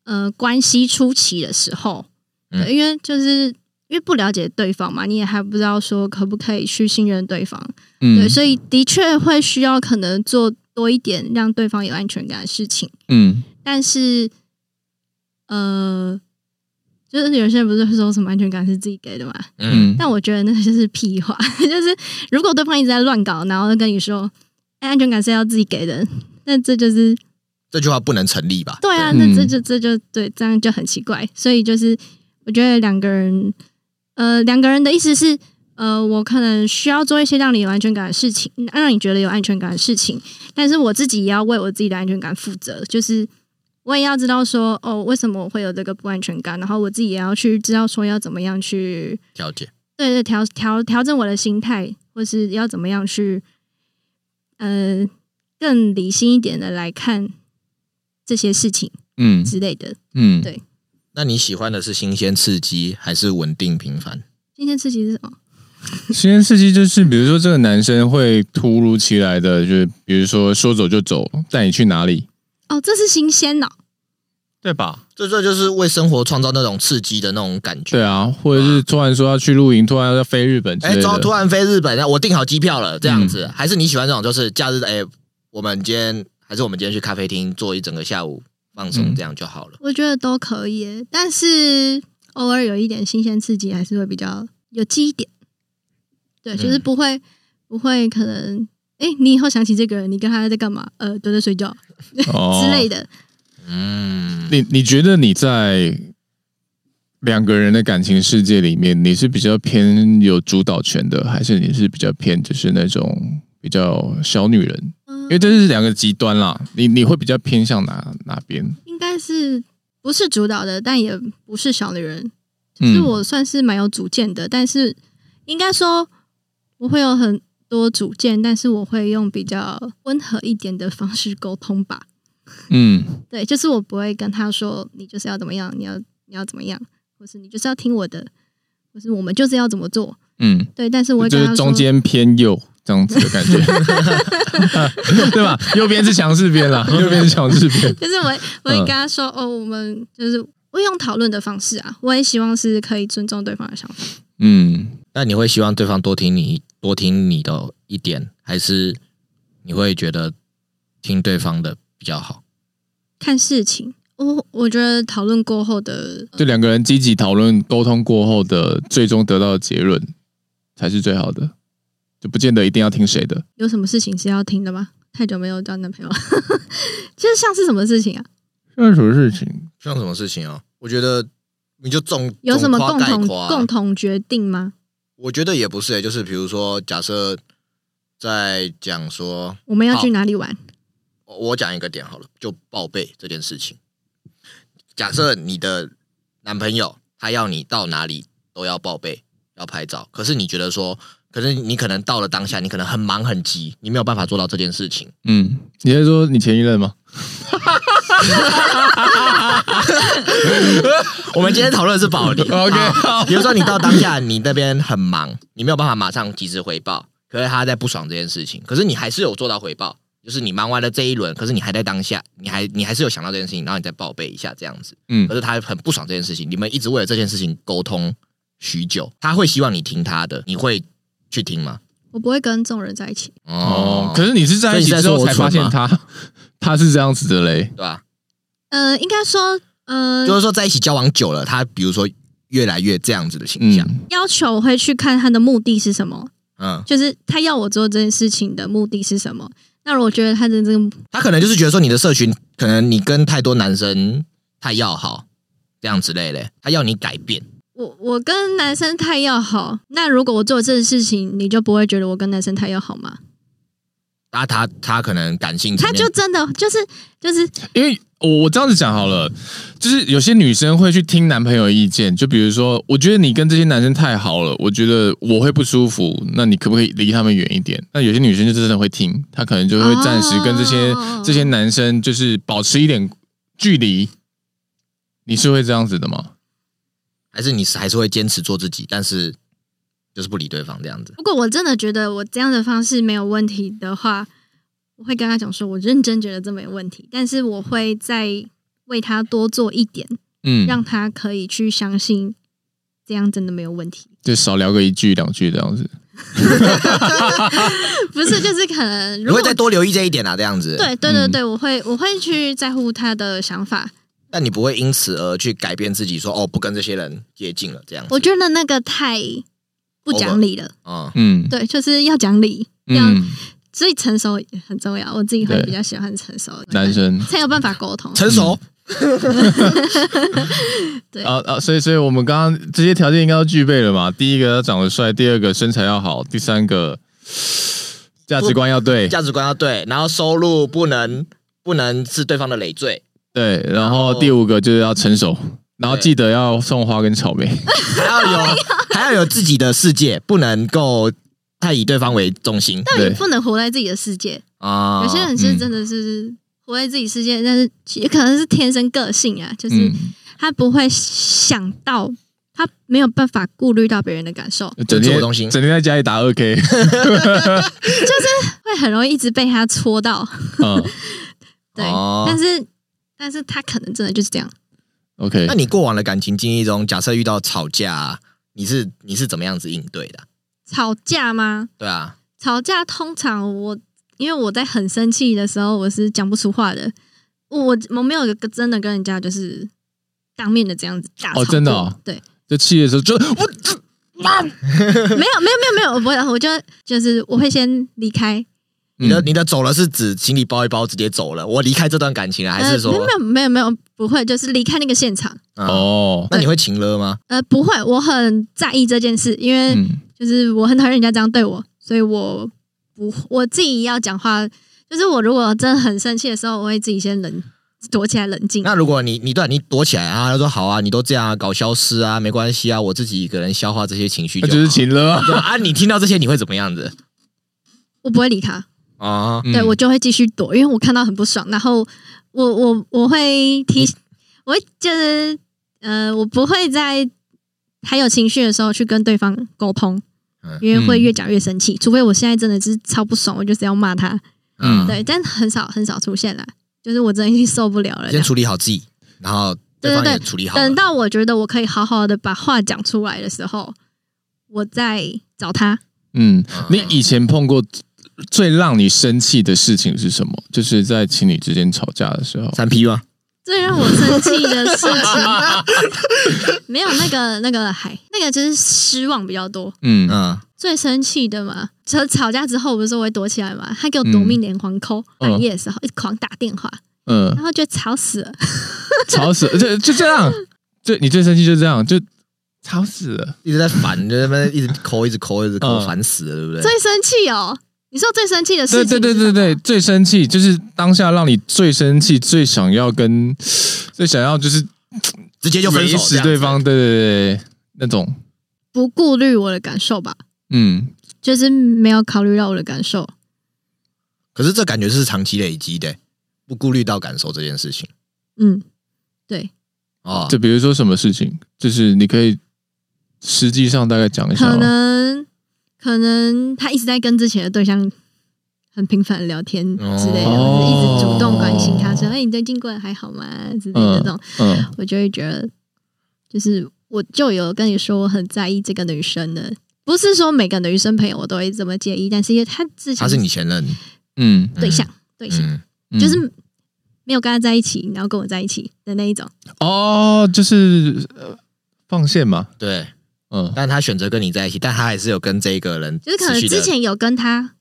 S3: 呃关系初期的时候，
S1: 嗯
S3: 对，因为就是因为不了解对方嘛，你也还不知道说可不可以去信任对方，
S2: 嗯
S3: 对，所以的确会需要可能做多一点让对方有安全感的事情，
S2: 嗯，
S3: 但是呃。就是有些人不是说什么安全感是自己给的嘛？
S1: 嗯，
S3: 但我觉得那就是屁话， 就是如果对方一直在乱搞，然后跟你说，哎、安全感是要自己给的，那这就是
S1: 这句话不能成立吧？
S3: 对啊，
S2: 对
S3: 那
S2: 嗯
S3: 这就这就对，这样就很奇怪。所以就是我觉得两个人，呃，两个人的意思是，呃，我可能需要做一些让你有安全感的事情，嗯让你觉得有安全感的事情，但是我自己也要为我自己的安全感负责，就是。我也要知道说哦，为什么我会有这个不安全感，然后我自己也要去知道说要怎么样去
S1: 调解。
S3: 对对，调调调整我的心态，或是要怎么样去，呃，更理性一点的来看这些事情
S2: 嗯
S3: 之类的。
S2: 嗯，
S3: 对
S1: 那你喜欢的是新鲜刺激，还是稳定平凡？
S3: 今天事情是什么？
S2: 实验刺激就是，比如说这个男生会突如其来的，就是比如说说走就走，带你去哪里，
S3: 哦，这是新鲜哦，
S2: 对吧？
S1: 这这就是为生活创造那种刺激的那种感觉。
S2: 对啊，或者是突然说要去露营，突然要飞日本之
S1: 哎，
S2: 类
S1: 然后突
S2: 的，
S1: 然飞日本，我订好机票了，这样子，还是你喜欢这种就是假日？哎，我们今天还是我们今天去咖啡厅坐一整个下午放松，
S2: 嗯
S1: 这样就好了。
S3: 我觉得都可以耶，但是偶尔有一点新鲜刺激，还是会比较有记忆点。对，就是
S1: 嗯
S3: 不会、不会可能，哎，你以后想起这个人，你跟他在干嘛？呃，都在睡觉、
S2: 哦
S3: 之类的。
S1: 嗯，
S2: 你你觉得你在两个人的感情世界里面，你是比较偏有主导权的，还是你是比较偏就是那种比较小女人？
S3: 嗯
S2: 因为这是两个极端啦，你你会比较偏向哪哪边？
S3: 应该是不是主导的，但也不是小女人，
S2: 嗯
S3: 就是我算是蛮有主见的，但是应该说我会有很多主见，但是我会用比较温和一点的方式沟通吧。
S2: 嗯
S3: 对，就是我不会跟他说你就是要怎么样，你要你要怎么样，或是你就是要听我的，或是我们就是要怎么做。
S2: 嗯，
S3: 对，但是我会
S2: 就
S3: 跟
S2: 是
S3: 他
S2: 中
S3: 说，
S2: 间偏右这样子的感 觉，对吧？右边是强势边啦，右边是强势边。
S3: 就是我 会我
S2: 嗯
S3: 会跟他说，哦，我们就是我用讨论的方式啊，我也希望是可以尊重对方的想法。
S2: 嗯，
S1: 那你会希望对方多听你多听你的一点，还是你会觉得听对方的比较好？
S3: 看事情。我我觉得讨论过后的，
S2: 就两个人积极讨论、沟通过后的最终得到的结论才是最好的，就不见得一定要听谁的。
S3: 有什么事情是要听的吗？太久没有交男朋友了， 就是像是什么事情啊？
S2: 这是什么事情？
S1: 像什么事情哦？我觉得你就总
S3: 有什么
S1: 总
S3: 共
S1: 夸概
S3: 同
S1: 括啊
S3: 共同决定吗？
S1: 我觉得也不是、欸，就是比如说，假设在讲说，
S3: 我们要去
S1: 好
S3: 哪里玩？
S1: 我我讲一个点好了，就报备这件事情。假设你的男朋友他要你到哪里都要报备，要拍照，可是你觉得说，可是你可能到了当下，你可能很忙很急，你没有办法做到这件事情。
S2: 嗯，你在说你前一任吗？
S1: 我们今天讨论的是 保龄
S2: 哦 OK，
S1: 好比如说你到当下你那边很忙，你没有办法马上及时回报，可是他在不爽这件事情，可是你还是有做到回报，就是你忙完了这一轮，可是你还在当下，你还你还是有想到这件事情，然后你再报备一下这样子，
S2: 嗯
S1: 可是他很不爽这件事情，你们一直为了这件事情沟通许久，他会希望你听他的，你会去听吗？
S3: 我不会跟这种人在一起。
S2: 哦，可是你是在一起之后才发现他他是这样子的嘞。
S1: 对吧、
S3: 呃，应该说，呃，
S1: 就是说在一起交往久了，他比如说越来越这样子的形象，
S2: 嗯
S3: 要求我会去看他的目的是什么，
S1: 嗯，
S3: 就是他要我做这件事情的目的是什么？那我觉得他的这个
S1: 他可能就是觉得说你的社群，可能你跟太多男生太要好，这样之类的，他要你改变。
S3: 我我跟男生太要好，那如果我做这件事情，你就不会觉得我跟男生太要好吗？
S1: 啊，他他可能感性层
S3: 他
S1: 面，
S3: 就真的就是就是
S2: 因为我我这样子讲好了，就是有些女生会去听男朋友的意见，就比如说，我觉得你跟这些男生太好了，我觉得我会不舒服，那你可不可以离他们远一点？那有些女生就真的会听，她可能就会暂时跟这些、
S3: 哦
S2: 这些男生就是保持一点距离。你是会这样子的吗？
S1: 还是你是还是会坚持做自己，但是就是不理对方这样子。
S3: 如果我真的觉得我这样的方式没有问题的话，我会跟他讲说，我认真觉得这没有问题，但是我会再为他多做一点，
S2: 嗯，
S3: 让他可以去相信这样真的没有问题。
S2: 就少聊个一句两句这样子。
S3: 不是，就是可能
S1: 你
S3: 如
S1: 会
S3: 果
S1: 再多留意这一点啊，这样子。
S3: 对对对对，我会我会去在乎他的想法。
S1: 但你不会因此而去改变自己说，哦不跟这些人接近了这样子。
S3: 我觉得那个太不讲理了，
S1: 嗯，
S2: 嗯，
S3: 对，就是要讲理，要、
S2: 嗯，
S3: 所以成熟也很重要。我自己会
S2: 对
S3: 比较喜欢成熟的
S2: 男生
S3: 才有办法沟通。
S1: 成熟，
S3: 对
S2: 啊啊，所以所以我们刚刚这些条件应该都具备了嘛？第一个要长得帅，第二个身材要好，第三个价值观要对
S1: 价值观要对，然后收入不能不能是对方的累赘。
S2: 对，然
S1: 后
S2: 后第五个就是要成熟，然后
S1: 对
S2: 记得要送花跟草莓。
S1: 还要 有还要有自己的世界，不能够太以对方为中心
S3: 但也
S2: 对
S3: 不能活在自己的世界。
S1: 啊。
S3: 有些人
S2: 嗯
S3: 是真的是活在自己世界，但是也可能是天生个性啊，就是
S2: 嗯，
S3: 他不会想到，他没有办法顾虑到别人的感受，
S2: 整
S1: 自
S2: 天
S1: 我中心
S2: 整天在家里打二 K，
S3: 会很容易一直被他戳到。
S2: 嗯
S3: 对，
S1: 哦
S3: 但是但是他可能真的就是这样。
S2: ，OK，
S1: 那你过往的感情经历中，假设遇到吵架啊，你是你是怎么样子应对的？啊
S3: 吵架吗？
S1: 对啊，
S3: 吵架通常我因为我在很生气的时候，我是讲不出话的。我我没有一个真的跟人家就是当面的这样子大吵
S2: 哦真的
S3: 过
S2: 哦
S3: 对，
S2: 就气的时候就我
S3: 没有没有没有没有，我不会，我就就是我会先离开，
S1: 你的
S2: 嗯
S1: 你的走了是指行李包一包直接走了，我离开这段感情了，还是
S3: 呃、
S1: 说
S3: 没有没有没有没有不会，就是离开那个现场。
S1: 哦？
S2: 哦，
S1: 那你会情了吗？
S3: 呃，不会，我很在意这件事，因为
S2: 嗯
S3: 就是我很讨厌人家这样对我，所以我不我自己要讲话，就是我如果真的很生气的时候，我会自己先冷躲起来冷静。
S1: 那如果你你对啊你躲起来啊，他说好啊，你都这样啊，搞消失啊，没关系啊，我自己一个人消化这些情绪
S2: 那
S1: 好，
S2: 就是情了啊。
S1: 对啊啊。你听到这些你会怎么样子
S3: 我不会理他，
S1: 啊？
S3: 对
S2: 嗯
S3: 我就会继续躲，因为我看到很不爽，然后我我我会提，我会就是呃，我不会在还有情绪的时候去跟对方沟通
S1: 嗯，
S3: 因为会越讲越生气，除非我现在真的是超不爽，我就是要骂他，
S2: 嗯
S3: 对，但很少很少出现啦，就是我真的已经受不了了这
S1: 先
S3: 样。
S1: 处理好自己，然后对
S3: 对
S1: 方
S3: 对
S1: 也
S3: 对
S1: 处理好了。
S3: 等到我觉得我可以好好的把话讲出来的时候，我再找他。
S2: 嗯
S1: 嗯，
S2: 你以前碰过最让你生气的事情是什么？就是在情侣之间吵架的时候。
S1: 三 P 吗？
S3: 最让我生气的事情，没有那个那个还那个就是失望比较多。
S2: 嗯，
S1: 嗯，
S3: 最生气的嘛，吵吵架之后不是我会躲起来嘛，他给我夺命连环扣，
S2: 嗯
S3: 半夜的时候一直狂打电话，
S2: 嗯
S3: 然，后就吵死了。
S2: 吵死了，就就这样，最你最生气就这样，就吵死了。
S1: 一直在烦，就在那边一直抠，一直抠，一直抠，
S2: 嗯
S1: 烦死了，对不对？
S3: 最生气哦，你说最生气的事
S2: 对
S3: 情是
S2: 对
S3: 什么？
S2: 对对对，最生气就是当下让你最生气、最想要跟、最想要就是
S1: 直接就分手这
S2: 雷，死
S1: 样子
S2: 对。方，对对对，对那种，
S3: 不顾虑我的感受吧，
S2: 嗯，
S3: 就是没有考虑到我的感受。
S1: 可是这感觉是长期累积的，不顾虑到感受这件事情
S3: 嗯，对，
S1: 哦。
S2: 就比如说什么事情，就是你可以实际上大概讲一下
S3: 可
S2: 吗，
S3: 能可能他一直在跟之前的对象很频繁地聊天之类的，
S2: 哦
S3: 或者一直主动关心他
S1: 哦
S3: 说：“哎，你最近过得还好吗？”之类的这种，
S2: 嗯，
S3: 我就会觉得，就是我就有跟你说我很在意这个女生的，不是说每个女生朋友我都会这么介意，但是因为她之
S1: 他
S3: 前
S1: 是你前任
S2: 嗯
S3: 对象，对象、
S1: 嗯，
S2: 嗯，
S3: 就是没有跟她在一起，然后跟我在一起的那一种，
S2: 哦，就是、呃放线嘛，
S1: 对，
S2: 嗯，
S1: 但他选择跟你在一起，但他还是有跟这个人
S3: 就是可能
S1: 持续
S3: 之
S1: 的
S3: 前有跟他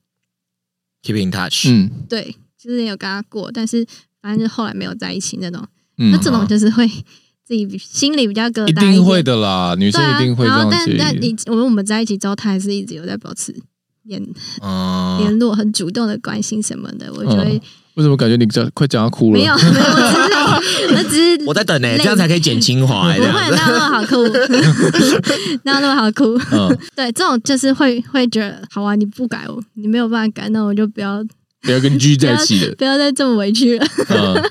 S1: keep in touch，、
S2: 嗯
S3: 对，之前有跟他过，但是反正就后来没有在一起那种。
S2: 嗯，
S3: 那这种就是会 自己比心里比较疙瘩
S2: 一
S3: 点
S2: 定会，的啦，女生
S3: 对啊。
S2: 一定会这
S3: 然后
S2: 样
S3: 但但
S2: 子。
S3: 你我们我们在一起之后，他还是一直有在保持联
S2: 啊
S1: 嗯，
S3: 联络，很主动的关心什么的，我就
S2: 嗯
S3: 会
S2: 为什么感觉你讲快讲要哭了？
S3: 没有没有，我只是我只是
S1: 我在等呢、
S3: 累
S1: 这样才可以剪精华、欸，
S3: 不
S1: 这
S3: 会，啊
S1: 样
S3: 哪有那么好哭， 哪有那么好哭？
S2: 嗯，
S3: 对，这种就是会会觉得，好啊，你不改我，你没有办法改，那我就不要
S2: 不要跟 G 在一起的。
S3: 不要再这么委屈了。
S2: 嗯，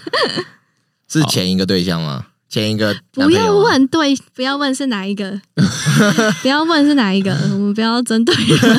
S1: 是前一个对象吗？前一个男
S3: 不
S1: 朋
S2: 啊
S1: 友吗啊
S3: 要，问对，不要问是哪一个， 不要问是哪一个，我们不要针对人，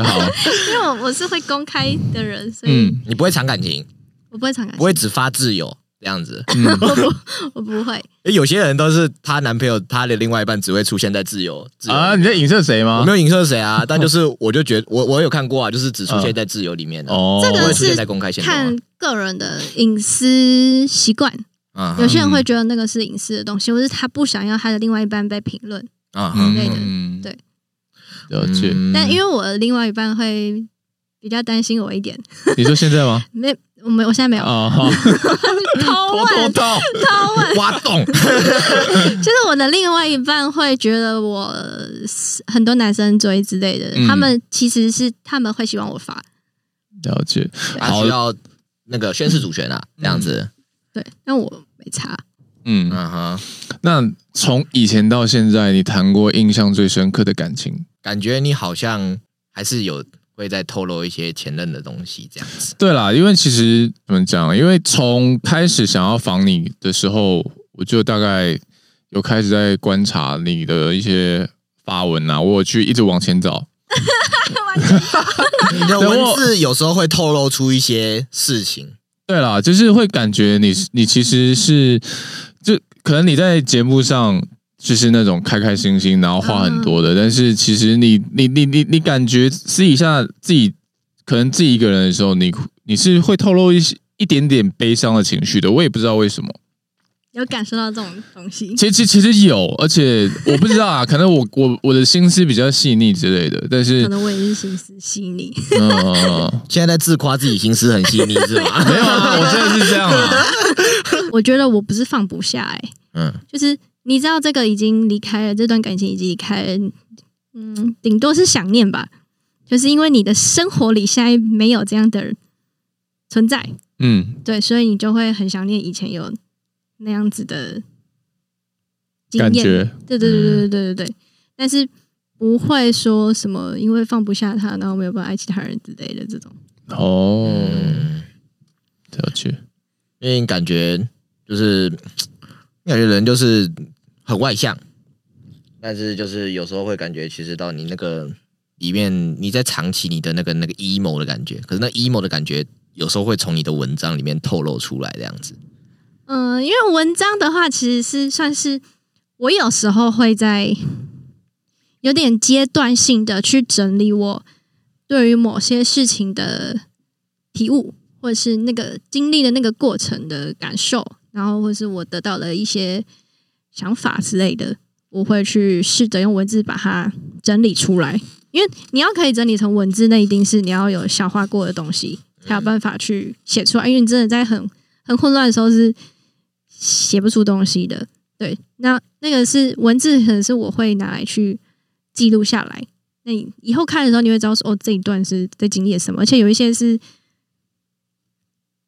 S2: OK，好，
S3: 因为我我是会公开的人，所以
S2: 嗯
S1: 你不会藏感情，
S3: 我不会常感
S1: 不会只发自由这样子。
S2: 嗯，
S3: 我不我不会，
S1: 因为有些人都是她男朋友，她的另外一半只会出现在自由自由
S2: 啊，你在影射谁
S1: 我
S2: 吗
S1: 没？有影射谁 啊，但就是我就觉得我我有看过啊，就是只出现在自由里面的，
S2: 哦，
S3: 这
S1: 不会
S3: 个
S1: 出现在
S3: 是
S1: 公开现
S2: 啊
S1: 场
S3: 看个人的隐私习惯，
S1: 啊。
S2: 嗯
S3: 有些人会觉得那个是隐私的东西，或是他不想要他的另外一半被评论。
S1: 啊
S3: 之类的
S2: 嗯
S3: 对，嗯
S2: 了
S1: 嗯
S2: 解。
S3: 但因
S1: 为
S3: 为我的另外一半会比较担心我一点，
S2: 你说现在吗？
S3: 没我没我现在 没有
S2: 啊，好，
S3: 偷
S2: 偷 偷
S3: 问
S2: 到，
S3: 偷问，
S1: 挖 洞，
S3: 就是我的另外一半会觉得我是很多男生追之类的，
S2: 嗯
S3: 他们其实是他们会希望我发，
S2: 了解。
S1: 他需要那个宣誓主权啊，
S3: 嗯
S1: 这样子，
S3: 对，但我没 差。
S2: 嗯，
S1: 嗯哼，
S2: 那从以前到现在，你谈过印象最深刻的感情？
S1: 感觉你好像还是有会在透露一些前任的东西，这样 子。
S2: 对啦，因为其实怎么讲？因为从开始想要防你的时候，我就大概有开始在观察你的一些发文啊，我有去一直往前找。
S1: 你的
S2: 等我
S1: 文字有时候会透露出一些事情，
S2: 对啦，就是会感觉你是你其实是，就可能你在节目上就是那种开开心心，然后话很多的，但是其实你你你你你感觉私底下自己可能自己一个人的时候，你你是会透露一些一点点悲伤的情绪的，我也不知道为什么。
S3: 有感受到这种东西，
S2: 其实其实有，而且我不知道啊，可能我 我我的心思比较细腻之类的，但是
S3: 可能我也是心思细腻，
S2: 嗯、呃，
S1: 现在在自夸自己心思很细腻是 吗？
S2: 没有啊，我真的是这样啊，
S3: 我觉得我不是放不下、哎，
S1: 嗯，
S3: 就是你知道这个已经离开了，这段感情已经离开了，嗯，顶多是想念吧，就是因为你的生活里现在没有这样的人存在，
S2: 嗯，
S3: 对，所以你就会很想念以前有那样子的经
S2: 感
S3: 验。
S2: 觉嗯
S3: 对对对对对对对对，但是不会说什么因为放不下他，然后没有办法爱其他人之类的这种。
S2: 哦，
S1: 嗯
S2: 了解。
S1: 因为你感觉就是，你感觉人就是很外向，但是就是有时候会感觉，其实到你那个里面，你在藏起你的那个那个 emo 的感觉，可是那 emo 的感觉有时候会从你的文章里面透露出来，这样子。
S3: 嗯、因为文章的话，其实是算是我有时候会在有点阶段性的去整理我对于某些事情的体悟，或者是那个经历的那个过程的感受，然后或是我得到的一些想法之类的，我会去试着用文字把它整理出来。因为你要可以整理成文字，那一定是你要有消化过的东西，才有办法去写出来。因为你真的在很很混乱的时候是 写不出东西的。对，那那个是文字，可能是我会拿来去记录下来。那你以后看的时候，你会知道说，哦，这一段是在经历了什么，而且有一些是，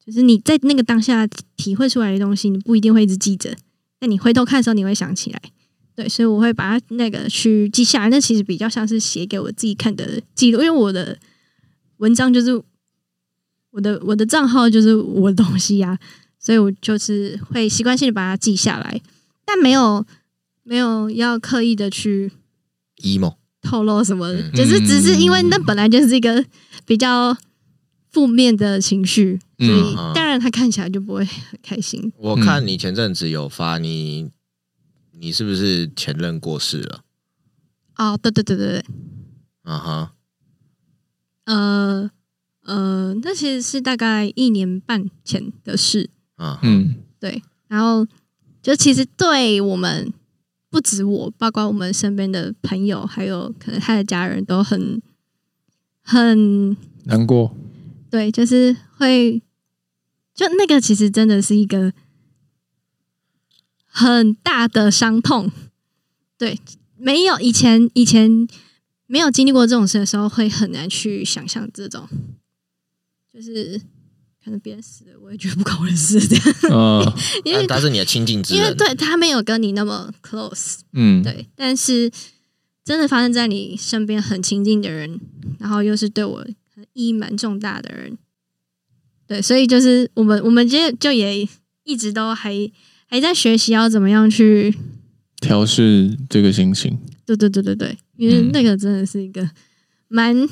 S3: 就是你在那个当下体会出来的东西，你不一定会一直记着。那你回头看的时候，你会想起来。对，所以我会把它那个去记下来。那其实比较像是写给我自己看的记录，因为我的文章就是我的我的账号就是我的东西呀、所以我就是会习惯性的把它记下来，但没有没有要刻意的去
S1: emo，
S3: 透露什么，
S1: 嗯
S3: 就是只是因为那本来就是一个比较负面的情绪，所以
S1: 嗯
S3: 当然他看起来就不会很开心。
S1: 我看你前阵子有发你，你是不是前任过世了？
S3: 哦，对对对对对，
S1: 啊哈，
S3: 呃呃，那其实是大概一年半前的事，
S1: 啊，
S2: 嗯
S3: 对，然后就其实对我们不止我，包括我们身边的朋友，还有可能他的家人都很很
S2: 难过，
S3: 对，就是会就那个其实真的是一个很大的伤痛。对，没有以前以前没有经历过这种事的时候，会很难去想象这种，就是可能别人死了，我也觉得不关我的事这样，
S2: 嗯
S3: 因为
S1: 但他是你的亲近之
S3: 因为
S1: 人，
S3: 对他没有跟你那么 close，
S2: 嗯，
S3: 对，但是真的发生在你身边很亲近的人，然后又是对我意义蛮重大的人，对，所以就是我们我们今天就也一直都还还在学习要怎么样去，
S2: 调试这个心情，
S3: 对对对对对，因为
S2: 嗯
S3: 那个真的是一个蛮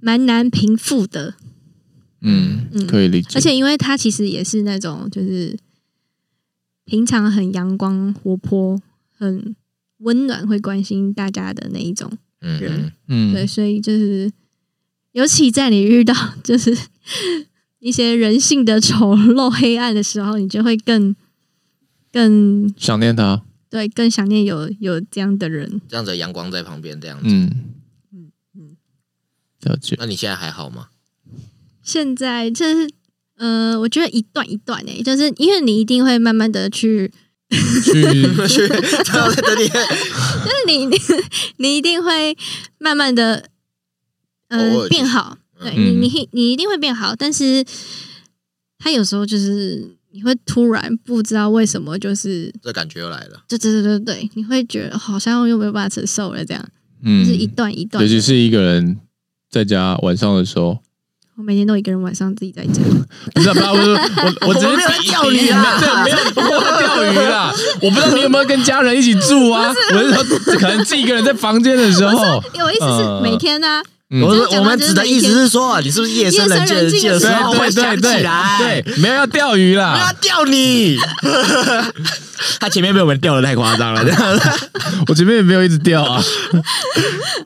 S3: 蛮难平复的，
S2: 嗯，
S3: 嗯
S2: 可以理解，
S3: 而且因为他其实也是那种就是平常很阳光活泼、很温暖、会关心大家的那一种。
S1: 嗯嗯，
S3: 对，
S2: 嗯，
S3: 所以就是，尤其在你遇到 就是一些人性的丑陋、黑暗的时候，你就会更更
S2: 想念他，
S3: 对更想念有有这样的人。
S1: 这样子的阳光在旁边这样子。
S2: 嗯
S3: 嗯嗯
S2: 了解，
S1: 那你现在还好吗？
S3: 现在就是呃，我觉得一段一段诶、就是因为你一定会慢慢的去，
S2: 去
S1: 去，他在等你。
S3: 就是你 你你一定会慢慢的
S1: 偶
S3: 呃
S1: 尔去
S3: 变好，
S1: 嗯
S3: 对你你你一定会变好，但是他有时候就是你会突然不知道为什么就是
S1: 这感觉又来了。
S3: 对对对对对，你会觉得好像又没有办法承受了，这样就
S2: 嗯
S3: 是一段一段
S2: 尤。其是一个人在家晚上的时候，
S3: 我每天都一个人晚上自己在家，
S2: 不是不是，我我我只是
S1: 我没有在
S2: 比
S1: 钓鱼啊
S2: 对，没有我没有在钓鱼 啦。我不知道你有没有跟家人一起住啊？我是说，可能自己一个人在房间的时候，
S3: 我意思是每天啊呢、
S2: 嗯
S1: 我
S3: 这样
S1: 是
S3: 讲
S1: 我
S3: 话
S1: 们
S3: 就
S1: 指
S3: 是
S1: 的
S3: 每
S1: 意思
S3: 天
S1: 是说啊，你是不是夜深
S3: 夜深
S1: 人静
S3: 人
S1: 人
S3: 静
S1: 静
S3: 的
S1: 的
S3: 时
S1: 时
S3: 候
S1: 候会
S2: 对
S1: 想
S2: 对
S1: 起来？
S2: 对，对，没有要钓鱼
S1: 我要
S2: 啦。
S1: 钓你！啊 他前面被我们钓的太夸张了，这样子。
S2: 我前面也没有一直钓啊。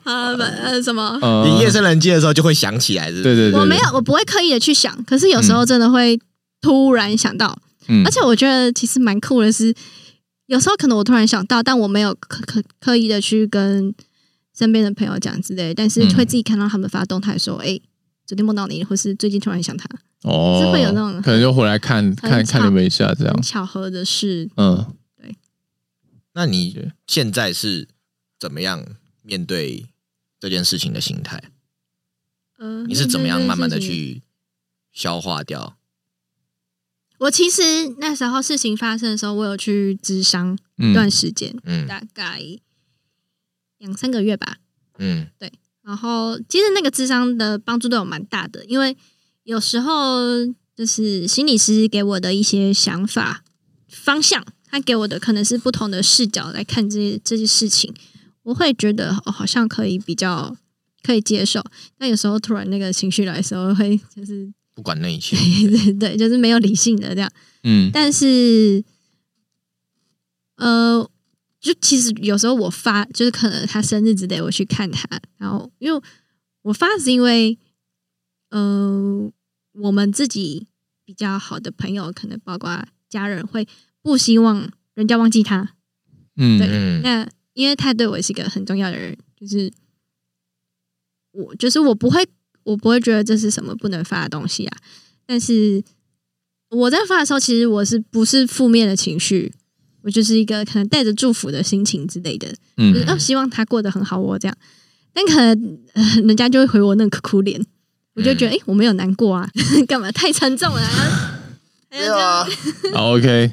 S3: 啊不呃什么，
S2: 呃
S1: 你夜深人静的时候就会想起来，是不是
S2: 对对对，嗯
S3: 我没
S2: 对，
S3: 有，我不会刻意的去想，可是有时候真的会突然想到，
S2: 嗯
S3: 而且我觉得其实蛮酷的是，有时候可能我突然想到，但我没有刻刻刻意的去跟身边的朋友讲之类，但是
S2: 嗯
S3: 会自己看到他们发动态说，哎、昨天梦到你，或是最近突然想他，
S2: 哦，
S3: 是会有那种
S2: 可能就回来看看
S3: 很
S2: 看
S3: 巧
S2: 你们一下这样
S3: 很。巧合的是，
S2: 嗯，
S1: 那你现在是怎么样面对这件事情的心态？
S3: 呃，
S1: 你是怎么样慢慢的
S3: 这件事情
S1: 去消化掉？
S3: 我其实那时候事情发生的时候，我有去咨商一段
S2: 嗯
S3: 时间，
S1: 嗯
S3: 大概两三个月吧。
S1: 嗯
S3: 然后其实那个智商的帮助对我蛮大的，因为有时候就是心理师给我的一些想法方向，他给我的可能是不同的视角来看这些这些事情，我会觉得哦，好像可以比较可以接受。但有时候突然那个情绪来的时候，会就是
S1: 不管那一 切，
S3: 对，就是没有理性的这样。
S2: 嗯
S3: 但是，呃，就其实有时候我发，就是可能他生日之类，我去看他，然后因为我发是因为，呃，我们自己比较好的朋友，可能包括家人，会不希望人家忘记他。
S2: 嗯
S1: 嗯
S3: 那因为他对我是一个很重要的人，就是我，就是我不会，我不会觉得这是什么不能发的东西啊。但是我在发的时候，其实我是不是负面的情绪，我就是一个可能带着祝福的心情之类的，就是
S2: 嗯
S3: 哦，希望他过得很好，哦我这样。但可能、呃人家就会回我那个哭脸，我就觉得哎、诶我没有难过啊， 干嘛太沉重了、啊？还要这
S1: 啊
S3: 样
S2: 好，OK，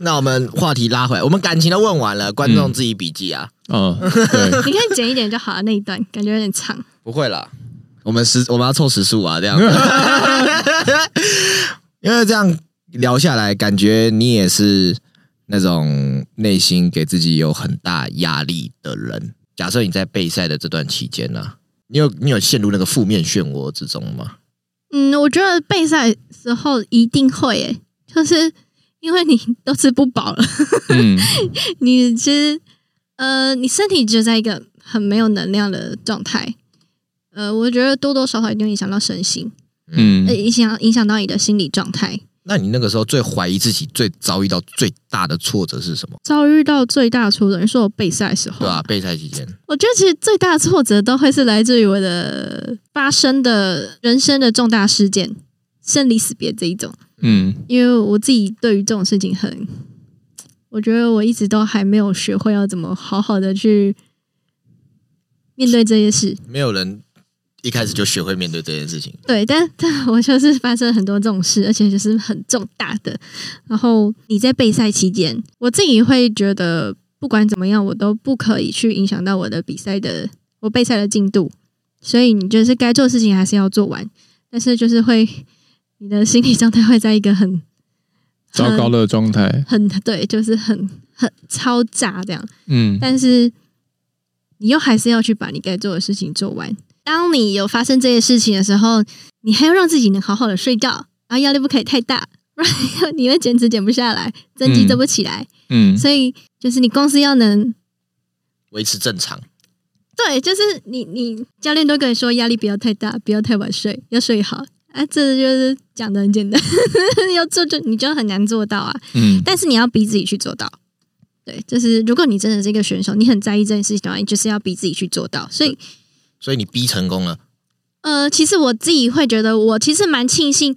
S1: 那我们话题拉回来，我们感情都问完了，观众自己笔记啊，
S2: 嗯， 对，
S3: 你看剪一点就好了，啊那一段感觉有点长。
S1: 不会啦，我们时我们要凑时数啊，这样， 因为这样聊下来，感觉你也是那种内心给自己有很大压力的人。假设你在备赛的这段期间呢、你有你有陷入那个负面漩涡之中吗？
S3: 嗯，我觉得备赛时候一定会诶，就是因为你 都吃不饱了，
S2: 嗯
S3: 你其实呃，你身体就在一个很没有能量的状态。呃，我觉得多多少少一定会影响到身心，
S2: 嗯
S3: 呃，影响影响到你的心理状态。
S1: 那你那个时候最怀疑自己、最遭遇到最大的挫折是什么？
S3: 遭遇到最大挫折，你说我备赛的时候，
S1: 对啊吧、备赛期间，
S3: 我觉得其实最大的挫折都会是来自于我的发生的人生的重大事件，生离死别这一种。
S2: 嗯，
S3: 因为我自己对于这种事情很，我觉得我一直都还没有学会要怎么好好的去面对这些事。
S1: 没有人一开始就学会面对这件事情。
S3: 对，但但我就是发生很多这种事，而且就是很重大的。然后你在备赛期间，我自己会觉得，不管怎么样，我都不可以去影响到我的比赛的我备赛的进度。所以你就是该做的事情还是要做完，但是就是会你的心理状态会在一个很
S2: 糟糕的状态，
S3: 很对，就是很很超炸这样。
S2: 嗯
S3: 但是你又还是要去把你该做的事情做完。当你有发生这些事情的时候，你还要让自己能好好的睡觉，然后压力不可以太大，不然 你会减脂减不下来，增肌
S2: 嗯
S3: 增不起来。
S2: 嗯，
S3: 所以就是你公司要能
S1: 维持正常，
S3: 对，就是你你教练都跟你说压力不要太大，不要太晚睡，要睡好。啊，这就是讲的很简单， 要做就你就很难做到啊。
S2: 嗯
S3: 但是你要逼自己去做到。对，就是如果你真的是一个选手，你很在意这件事情的话，你就是要逼自己去做到。所以，
S1: 所以你逼成功了。
S3: 呃，其实我自己会觉得，我其实蛮庆幸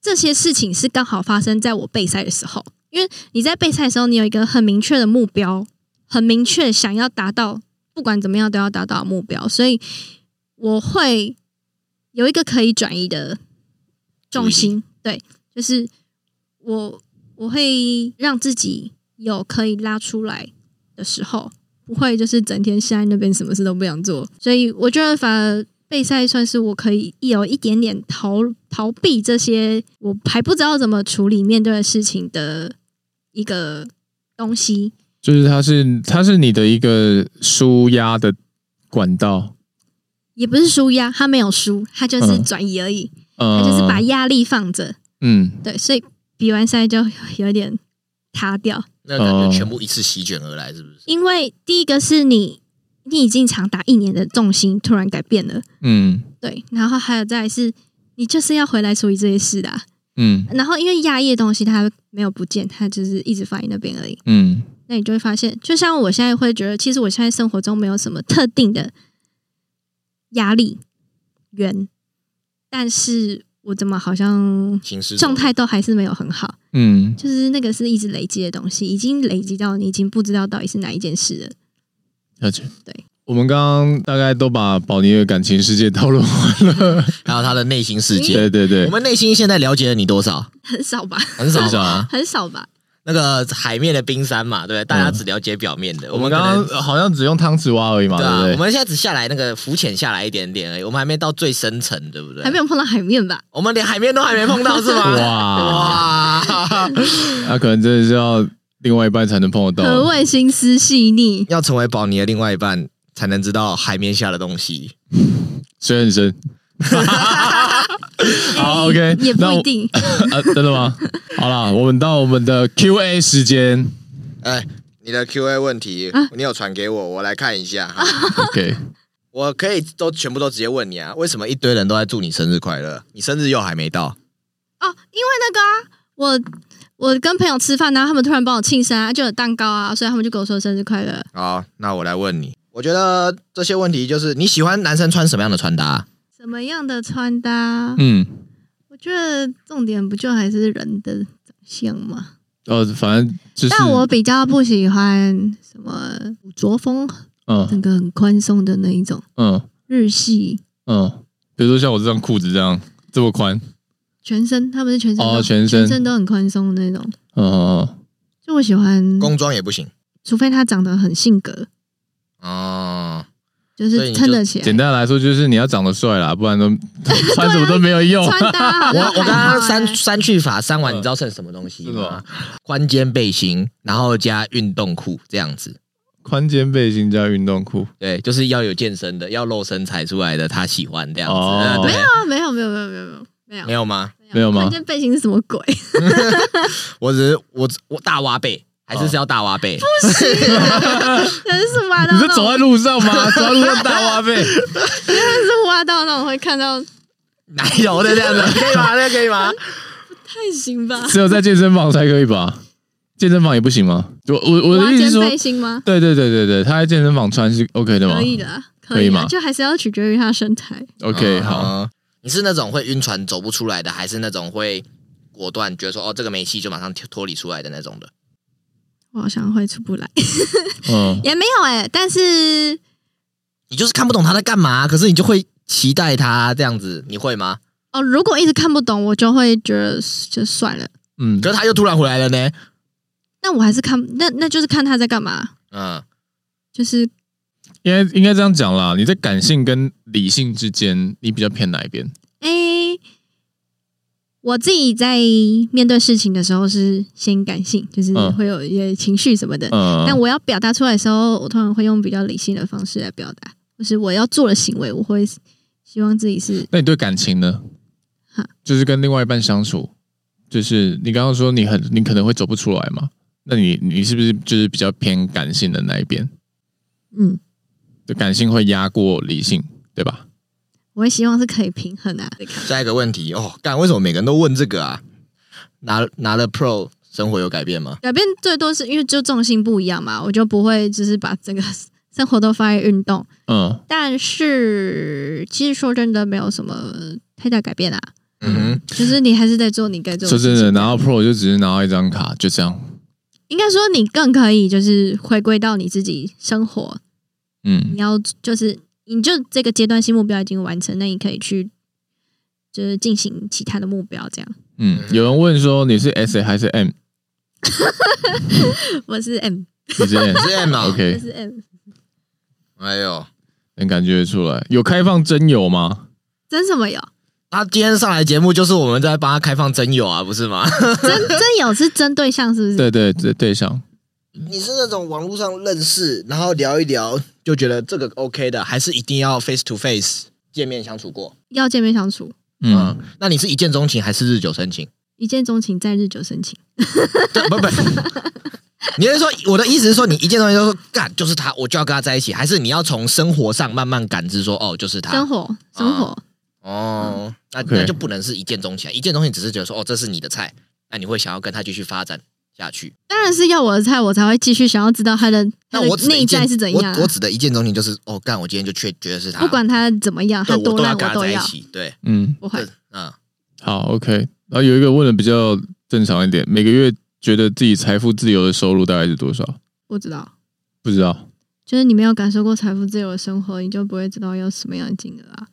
S3: 这些事情是刚好发生在我备赛的时候，因为你在备赛的时候，你有一个很明确的目标，很明确想要达到，不管怎么样都要达到的目标，所以我会有一个可以转移的重心。对，就是我我会让自己有可以拉出来的时候，不会就是整天陷在那边什么事都不想做。所以我觉得反而备赛算是我可以有一点点逃逃避这些我还不知道怎么处理面对的事情的一个东西。
S2: 就是它是它是你的一个舒压的管道，
S3: 也不是输压，他没有输，他就是嗯
S2: 嗯
S3: 转移而已，
S2: 呃，
S3: 他就是把压力放着。
S2: 嗯
S3: 对，所以比完赛就有点塌掉，
S1: 那感
S2: 哦
S1: 觉全部一次席卷而来，是不是？
S3: 因为第一个是你你已经长达一年的重心突然改变了，
S2: 嗯
S3: 对，然后还有再来是你就是要回来处理这些事的啊、
S2: 嗯
S3: 然后因为压抑的东西它没有不见，它就是一直放在那边而已。
S2: 嗯
S3: 那你就会发现，就像我现在会觉得，其实我现在生活中没有什么特定的压力源，但是我怎么好像
S1: 行尸走
S3: 状
S1: 肉
S3: 态，都还是没有很好，
S2: 嗯
S3: 就是那个是一直累积的东西，已经累积到你已经不知道到底是哪一件事了。
S2: 了解。
S3: 对，
S2: 我们刚刚大概都把宝妮的感情世界 讨论完 了。
S1: 还有他的内心世界。
S2: 对对对
S1: 我，们内心现在了解了你多少？
S3: 很少吧，
S1: 很少
S2: 很少
S1: 吧
S2: 啊。
S3: 很少吧。
S1: 那个海面的冰山嘛，对不对？大家只了解表面的。
S2: 我
S1: 嗯们
S2: 们
S1: 可
S2: 刚
S1: 能
S2: 刚好像只用汤匙挖而已嘛，
S1: 对
S2: 对
S1: 啊，我
S2: 不对？
S1: 们现在只下来那个浮潜下来一点点而已，我们还没到最深层，对不对？
S3: 还没有碰到海面吧？
S1: 我们连海面都还没碰到是吗？
S2: 哇，
S1: 哇！
S2: 那可能真的是要另外一半才能碰得
S3: 何
S2: 到。
S3: 谓心思细 腻？
S1: 要成为宝妮的另外一半，才能知道海面下的东西。
S2: 水很深。好，OK，啊
S3: 也不
S2: 那
S3: 一
S2: 我
S3: 定。
S2: 啊，真的 吗？好啦，我们到我们的 Q&A 时间。
S1: 哎，你的 Q&A 问题，
S3: 啊
S1: 你有传给我，我来看一下。
S2: OK，
S1: 我可以都全部都直接问你啊，为什么一堆人都在祝你生日快乐？你生日又还没到，
S3: 哦，因为那个啊，我我跟朋友吃饭，然后他们突然帮我庆生啊，就有蛋糕啊，所以他们就跟我说生日快乐。
S1: 好，那我来问你。我觉得这些问题就是你喜欢男生穿什么样的穿搭啊、
S3: 什么样的穿搭？
S2: 嗯，
S3: 我觉得重点不就还是人的长相吗？
S2: 呃，反正就是，
S3: 但我比较不喜欢什么古着风，
S2: 嗯
S3: 整个很宽松的那一种
S2: 嗯
S3: 日系
S2: 嗯，比如说像我这张裤子这样这么宽，
S3: 全身，他们是全身
S2: 哦
S3: 都
S2: 全身
S3: 全身都很宽松的那种。
S2: 嗯嗯
S3: 就我喜欢，
S1: 工装也不行
S3: 除非他长得很性格，
S1: 哦。
S3: 就
S1: 所以
S3: 是
S1: 你就
S3: 撑得起
S2: 嗯，简
S3: 来。
S2: 单来说就是你要长得帅啦，不然都 穿什么都没有用。
S3: 穿搭好
S1: 我
S3: 像
S1: 我刚
S3: 还好
S1: 刚
S3: 欸
S1: 删删去法删完，
S2: 嗯
S1: 你知道剩什么东西
S2: 是什
S1: 吗
S2: 么？
S1: 宽肩背心，然后加运动裤这样子。
S2: 宽肩背心加运动 裤，
S1: 对，就是要有健身的，要露身材出来的，他喜欢这样子。
S2: 哦
S1: 呃对，
S3: 啊，没有没有没有没有没有没有
S1: 没有吗？
S2: 没有吗
S3: 看见背心是什么鬼？
S1: 我只啊是我我大挖背，还是
S2: 哦
S1: 是要大挖背？
S3: 真是挖到
S2: 你
S3: 那
S2: 是
S3: 种，
S2: 走在路上 吗？走在路上大挖背，
S3: 真是挖到那种会看到
S1: 哪有的这样子？可以吗？那可以吗？
S3: 太行吧？
S2: 只有在健身房才可以吧？健身房也不行吗？我我我的
S3: 挖
S2: 意思是
S3: 肩
S2: 说，
S3: 背心吗？
S2: 对对对对对，他在健身房穿是 OK 的吗
S3: 可以的啊，
S2: 可
S3: 可
S2: 以
S3: 以
S2: 吗
S3: 啊，就还是要取决于他的身材。
S2: ？OK，
S1: 嗯
S2: 好，
S1: 嗯你是那种会晕船走不出来的，还是那种会果断觉得说哦这个没戏就马上脱脱离出来的那种的？
S3: 我好像会出不 来，
S2: 嗯，
S3: 也没有哎、但是
S1: 你就是看不懂他在干嘛，可是你就会期待他这样子，你会吗？
S3: 哦，如果一直看不懂，我就会觉得就算了。
S2: 嗯
S1: 可，是他又突然回来了呢。
S3: 但我还是看，那那就是看他在干嘛，
S1: 嗯，
S3: 就是
S2: 应该应该这样讲啦。你在感性跟理性之间，你比较偏哪一边？
S3: 哎、我自己在面对事情的时候是先感性，就是
S2: 嗯
S3: 会有一些情绪什么的。
S2: 嗯，
S3: 但我要表达出来的时候，我通常会用比较理性的方式来表达，就是我要做的行为，我会希望自己是
S2: 那你对感情呢
S3: 哈？
S2: 就是跟另外一半相处，就是你刚刚说你很你可能会走不出来嘛？那你你是不是就是比较偏感性的那一边？
S3: 嗯，
S2: 就感性会压过理性，对吧？
S3: 我会希望是可以平衡啊。
S1: 下一个问题哦，干为什么每个人都问这个啊？拿拿了 Pro 生活有改变吗？
S3: 改变最多是因为就重心不一样嘛，我就不会就是把整个生活都放在运动。
S2: 嗯
S3: 但是其实说真的，没有什么太大改变啊，
S1: 嗯
S3: 就是你还是在做你该做
S2: 说
S3: 的
S2: 真
S3: 事
S2: 的，
S3: 情。
S2: 拿到 Pro 就只是拿到一张卡，就这样。
S3: 应该说你更可以就是回归到你自己生活，
S2: 嗯
S3: 你要就是你就这个阶段性目标已经完成，那你可以去就是进行其他的目标。这样，
S2: 嗯，有人问说你是 S 还是 M？
S3: 我是 M，
S2: 你是 M
S1: 哼，。是 M 啊。
S3: 我
S2: OK，
S3: 是 M，
S1: 哎呦，
S2: 能感觉得出来。有开放真友吗？
S3: 真什么 有？
S1: 他今天上来节目就是我们在帮他开放真友啊，不是吗？
S3: 真真有是真对象是不是？
S2: 对对对，对象。
S1: 你是那种网络上认识，然后聊一聊就觉得这个 OK 的，还是一定要 face to face 见面相处过？啊
S3: 要见面相处，
S2: 嗯，，
S1: 那你是一见钟情还是日久生情？
S3: 一见钟情，在日久生情。
S1: 对不不， 你是说我的意思是说，你一见钟情就说干就是他，我就要跟他在一起，还是你要从生活上慢慢感知说哦就是
S3: 生
S1: 他？
S3: 活，生活，
S1: 哦，那
S2: OK
S1: 那就不能是一见钟情，一见钟情只是觉得说哦这是你的菜，那你会想要跟他继续发展下去。
S3: 当然是要我的菜，我才会继续想要知道他的他
S1: 那
S3: 的
S1: 我指的一
S3: 内
S1: 见
S3: 在是怎样啊、
S1: 我我指的一见钟情就是哦干，我今天就确觉得是他，
S3: 不管他怎么样，
S1: 对
S3: 他
S1: 我
S3: 多
S1: 都
S3: 烂
S1: 要啊跟他
S3: 都
S1: 在一
S3: 要，
S1: 起，对。
S2: 嗯，
S3: 不会
S1: 对。嗯，
S2: 好，OK。然后有一个问的比较正常一点，每个月觉得自己财富自由的收入大概是多少？
S3: 不知道，
S2: 不知道。
S3: 就是你没有感受过财富自由的生活，你就不会知道要什么样的金额啊。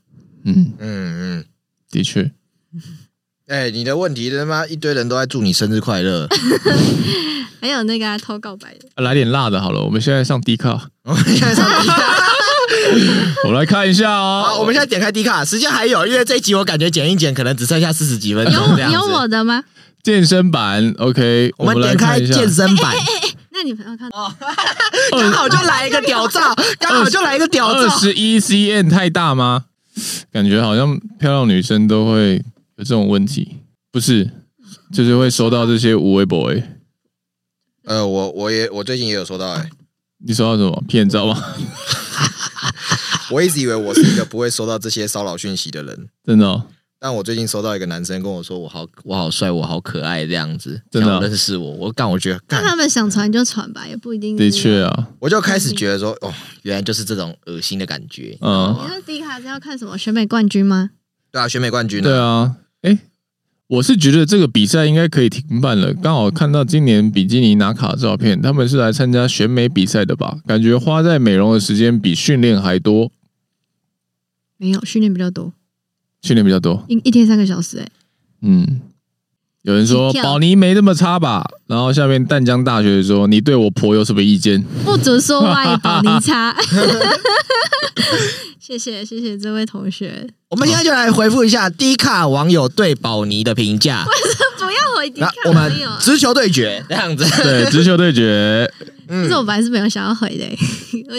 S2: 嗯，
S1: 嗯嗯，
S2: 的确。
S1: 哎、你的问题他妈一堆人都在祝你生日快乐，
S3: 还有那个、啊、偷告白的，
S2: 啊来点辣的好了，我们现在上 D 卡，
S1: 我们现在上 D 卡，
S2: 我们来看一下哦。
S1: 好，我们现在点开 D 卡，时间还有，因为这一集我感觉剪一剪可能只剩下四十几分钟这样
S3: 有
S1: 子。
S3: 有我的吗？
S2: 健身版 OK，
S1: 我们
S2: 来
S1: 点
S2: 看
S1: 开
S2: 一下
S1: 健身 版，
S3: 那你朋友看到
S1: 刚好就来一个屌照，刚好就来一个屌
S2: 二
S1: 照。
S2: 十一 cm 太大吗？感觉好像漂亮女生都会有这种问题，不是？就是会收到这些无微博，
S1: 呃，我我也我最近也有收到、哎，
S2: 你收到什么骗照吗？
S1: 我一直以为我是一个不会收到这些骚扰讯息的人，
S2: 真的、哦？
S1: 但我最近收到一个男生跟我说我好我好帅，我好可爱这样子，
S2: 真的啊
S1: 想认识我，我干，我觉得干
S3: 那他们想传就传
S1: 嗯
S3: 吧，也不一定。
S2: 的，确啊，
S1: 我就开始觉得说，哦，原来就是这种恶心的感觉。
S2: 嗯。
S3: 你说迪卡是要看什么选美冠军吗？
S1: 对啊，选美
S3: 嗯
S1: 冠军
S2: 对
S1: 呢？
S2: 啊，哎，我是觉得这个比赛应该可以停办了。刚好看到今年比基尼拿卡的照片，他们是来参加选美比赛的吧？感觉花在美容的时间比训练还多，
S3: 没有，训练比较多，
S2: 训练比较多。
S3: 一一天三个小时、欸，哎，
S2: 嗯，有人说
S3: 起跳
S2: 宝妮没那么差吧？然后下面淡江大学说你对我婆有什么意见？
S3: 不准说外保尼 差。谢谢谢谢这位同学，
S1: 我们现在就来回复一下低卡网友对宝妮的评价。
S3: 不要回迪
S1: 那
S3: 卡
S1: 我
S3: 网
S1: 们
S3: 友啊，
S1: 直球对决这样子。
S2: 对，直球对决，
S3: 这
S1: 嗯
S3: 是，我本来是没有想要回的、欸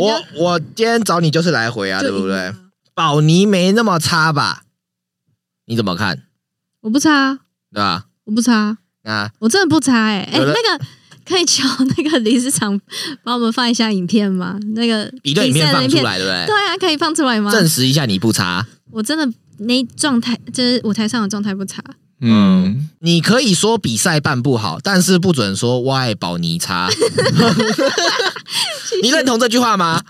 S3: 我
S1: 我我今天找你就是来回啊，
S3: 就
S1: 对不
S3: 赢
S1: 对
S3: 了？
S1: 宝妮没那么差吧？你怎么看？
S3: 我不差，
S1: 对吧？
S3: 我不差，
S1: 啊，
S3: 我真的不差哎、欸、哎、
S1: 有人
S3: 那个可以求那个理事长帮我们放一下影片吗？那个
S1: 比对影
S3: 比
S1: 片
S3: 赛的
S1: 放
S3: 那
S1: 出，来，对不对？
S3: 对啊，可以放出来吗？
S1: 证实一下你不差。
S3: 我真的那状态，就是舞台上的状态不差，
S2: 嗯，
S1: 你可以说比赛办不好，但是不准说我爱保尼差。 你认同这句话吗？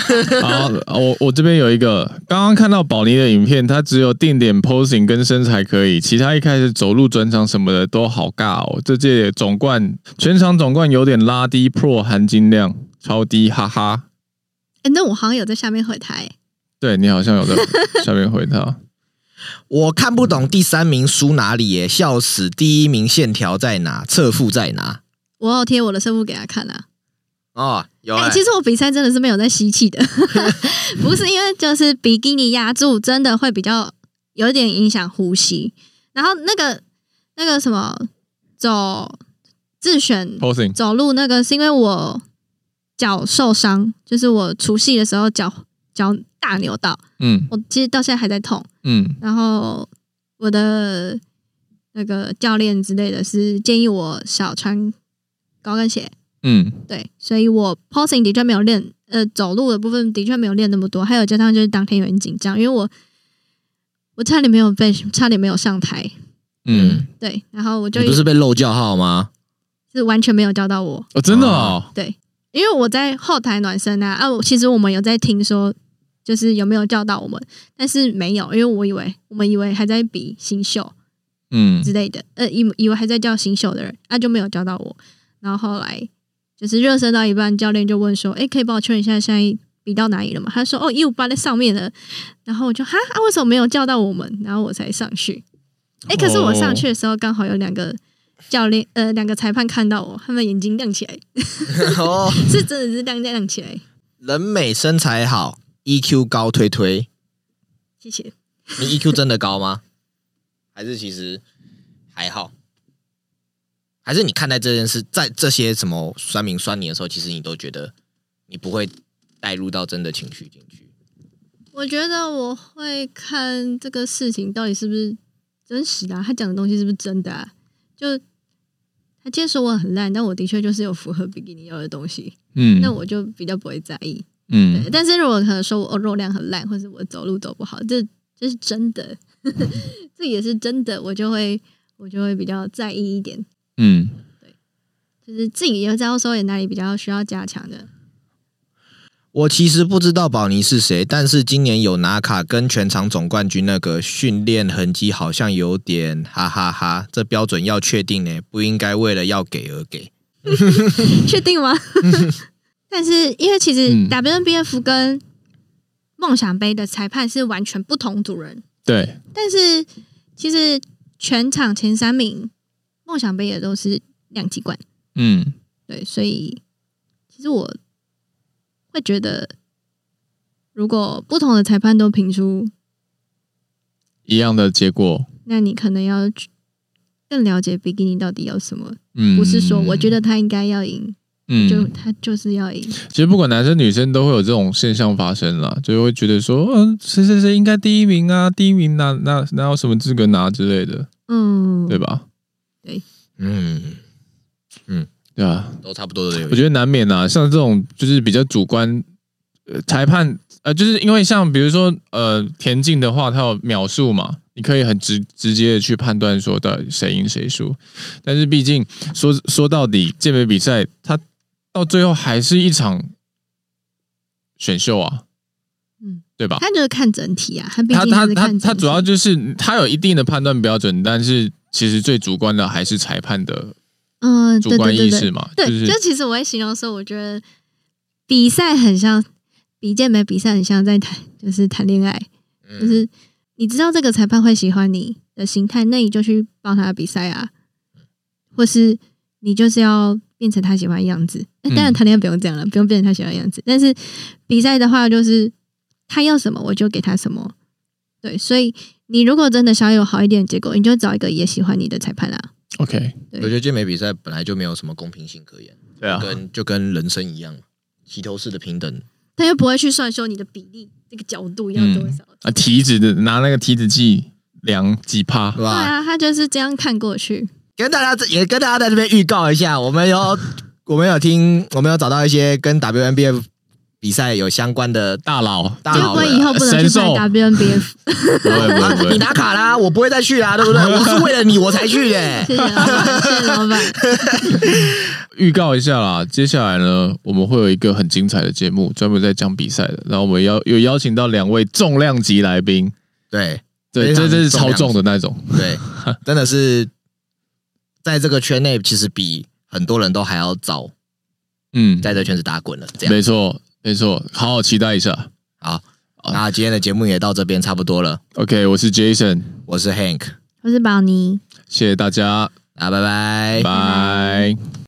S2: 好，呃我我这边有一个，刚刚看到宝妮的影片，她只有定点 posing 跟身材可以，其他一开始走路转场什么的都好尬哦。这届总冠全场总冠有点拉低 Pro 含金量，超低，哈哈。
S3: 哎，那我好像有在下面回台，欸
S2: 对你好像有在 下面回他，
S1: 我看不懂第三名输哪里耶，笑死！第一名线条在哪？侧腹在哪？
S3: 我有贴我的胜负给他看啊。
S1: 哦，有
S3: 哎、
S1: 哎、
S3: 其实我比赛真的是没有在吸气的，不是因为就是比基尼压住真的会比较有点影响呼吸，然后那个那个什么走自选
S2: posing
S3: 走路那个是因为我脚受伤，就是我除夕的时候脚脚大扭到，
S2: 嗯
S3: 我其实到现在还在痛。
S2: 嗯
S3: 然后我的那个教练之类的是建议我少穿高跟鞋，
S2: 嗯
S3: 对，所以我 posing 的确没有练，呃，走路的部分的确没有练那么多，还有加上就是当天有点紧张，因为我我差点没有被，差点没有上台，
S2: 嗯，
S3: 对，然后我就
S1: 你不是被漏叫号吗？
S3: 是完全没有教到我，
S2: 哦，真的哦，
S3: 对，因为我在后台暖身啊，啊，我其实我们有在听说，就是有没有叫到我们，但是没有，因为我以为我们以为还在比新秀
S2: 嗯
S3: 之类的，呃，以以为还在叫新秀的人，啊，就没有叫到我，然后后来就是热身到一半，教练就问说，哎，可以帮我确认一下现在比到哪里了吗？他说，哦，一五八在上面了，然后我就哈啊，为什么没有叫到我们？然后我才上去，哎，可是我上去的时候刚好有两个。教练呃，两个裁判看到我，他们眼睛亮起来，
S1: 哦，
S3: 是真的是亮亮起来。
S1: 人美身材好，EQ 高，推推。
S3: 谢谢。
S1: 你 EQ 真的高吗？还是其实还好？还是你看待这件事，在这些什么酸民酸你的时候，其实你都觉得你不会带入到真的情绪进去？
S3: 我觉得我会看这个事情到底是不是真实的、啊，他讲的东西是不是真的、啊。就他今天说我很烂，但我的确就是有符合比基尼要的东西，
S2: 嗯，
S3: 那我就比较不会在意。
S2: 嗯
S3: 对，但是如果可能说我肉量很烂，或是我走路走不好，这这是真的， 这也是真的，我就会我就会比较在意一点，
S2: 嗯，
S3: 就是自己要知道说有哪里比较需要加强的。
S1: 我其实不知道宝妮是谁，但是今年有拿卡跟全场总冠军那个训练痕迹好像有点哈哈哈这标准要确定呢，不应该为了要给而给。
S3: 确定吗？ 但是因为其实
S2: 嗯
S3: WNBF 跟梦想杯的裁判是完全不同组人，
S2: 对，
S3: 但是其实全场前三名梦想杯也都是两季冠，
S2: 嗯
S3: 对，所以其实我会觉得，如果不同的裁判都评出，
S2: 一样的结果，
S3: 那你可能要去更了解比基尼到底要什么，
S2: 嗯，
S3: 不是说我觉得他应该要赢，
S2: 嗯
S3: 就他就是要赢，
S2: 其实不管男生女生都会有这种现象发生啦，就会觉得说，嗯、谁谁谁应该第一名啊，第一名哪哪哪有什么资格拿之类的，
S3: 嗯，
S2: 对吧？
S1: 嗯，
S2: 对啊，
S1: 都差不多的。
S2: 我觉得难免啊，像这种就是比较主观，呃，裁判呃，就是因为像比如说呃田径的话，它有秒数嘛，你可以很直直接的去判断说到底谁赢谁输。但是毕竟说说到底，健美比赛它到最后还是一场选秀啊，
S3: 嗯，
S2: 对吧？
S3: 他就是看整体啊，他毕
S2: 他
S3: 竟
S2: 他
S3: 是看
S2: 他
S3: 整体
S2: 他主要就是他有一定的判断标准，但是其实最主观的还是裁判的
S3: 嗯，
S2: 主
S3: 对
S2: 观
S3: 对
S2: 意
S3: 对
S2: 识
S3: 对，
S2: 嘛，
S3: 对，
S2: 就
S3: 就是其实我会形容说，我觉得比赛很像比健美比赛，很像在谈就是谈恋爱，
S1: 嗯
S3: 就是你知道这个裁判会喜欢你的心态，那你就去帮他比赛啊，或是你就是要变成他喜欢的样子。呃
S2: 嗯
S3: 当然谈恋爱不用这样了，不用变成他喜欢的样子，但是比赛的话就是他要什么我就给他什么，对，所以。你如果真的想要有好一点的结果，你就找一个也喜欢你的裁判啊。
S2: OK，
S1: 我觉得健美比赛本来就没有什么公平性可言，
S2: 对啊，
S1: 跟就跟人生一样，齐头式的平等。
S3: 他又不会去算说你的比例、这个角度要多少。
S2: 啊，体脂的拿那个体脂计量几趴
S1: 对，
S3: 对
S1: 吧？
S3: 啊，他就是这样看过去。
S1: 跟大家也跟大家在这边预告一下，我们有我们有听，我们有找到一些跟 WNBF 比赛有相关的
S2: 大佬，
S1: 大
S4: 结
S1: 佬
S4: 果
S1: 们
S4: 以后不能去
S2: 啊神
S4: 办
S2: 兽
S4: WNBF，
S2: 不会不会不
S1: 啊， 你
S2: 会，
S1: 打卡啦，我不会再去啦，对不 对？我是为了你我才哎去的、
S4: 谢谢老板，谢谢老板。
S2: 预告一下啦，接下来呢，我们会有一个很精彩的节目，专门在讲比赛的，然后我们邀有邀请到两位重量级来宾，
S1: 对
S2: 对，
S1: 非常
S2: 这这是
S1: 重量
S2: 超
S1: 级
S2: 重的那种，
S1: 对，真的是在这个圈内，其实比很多人都还要早
S2: 嗯，
S1: 在这圈子打滚了。这样
S2: 没错没错，好好期待一下。
S1: 好，那今天的节目也到这边差不多了。
S2: OK，我是 Jason，
S1: 我是 Hank，
S4: 我是宝妮。
S2: 谢谢大家，
S1: 啊，拜拜
S2: 拜。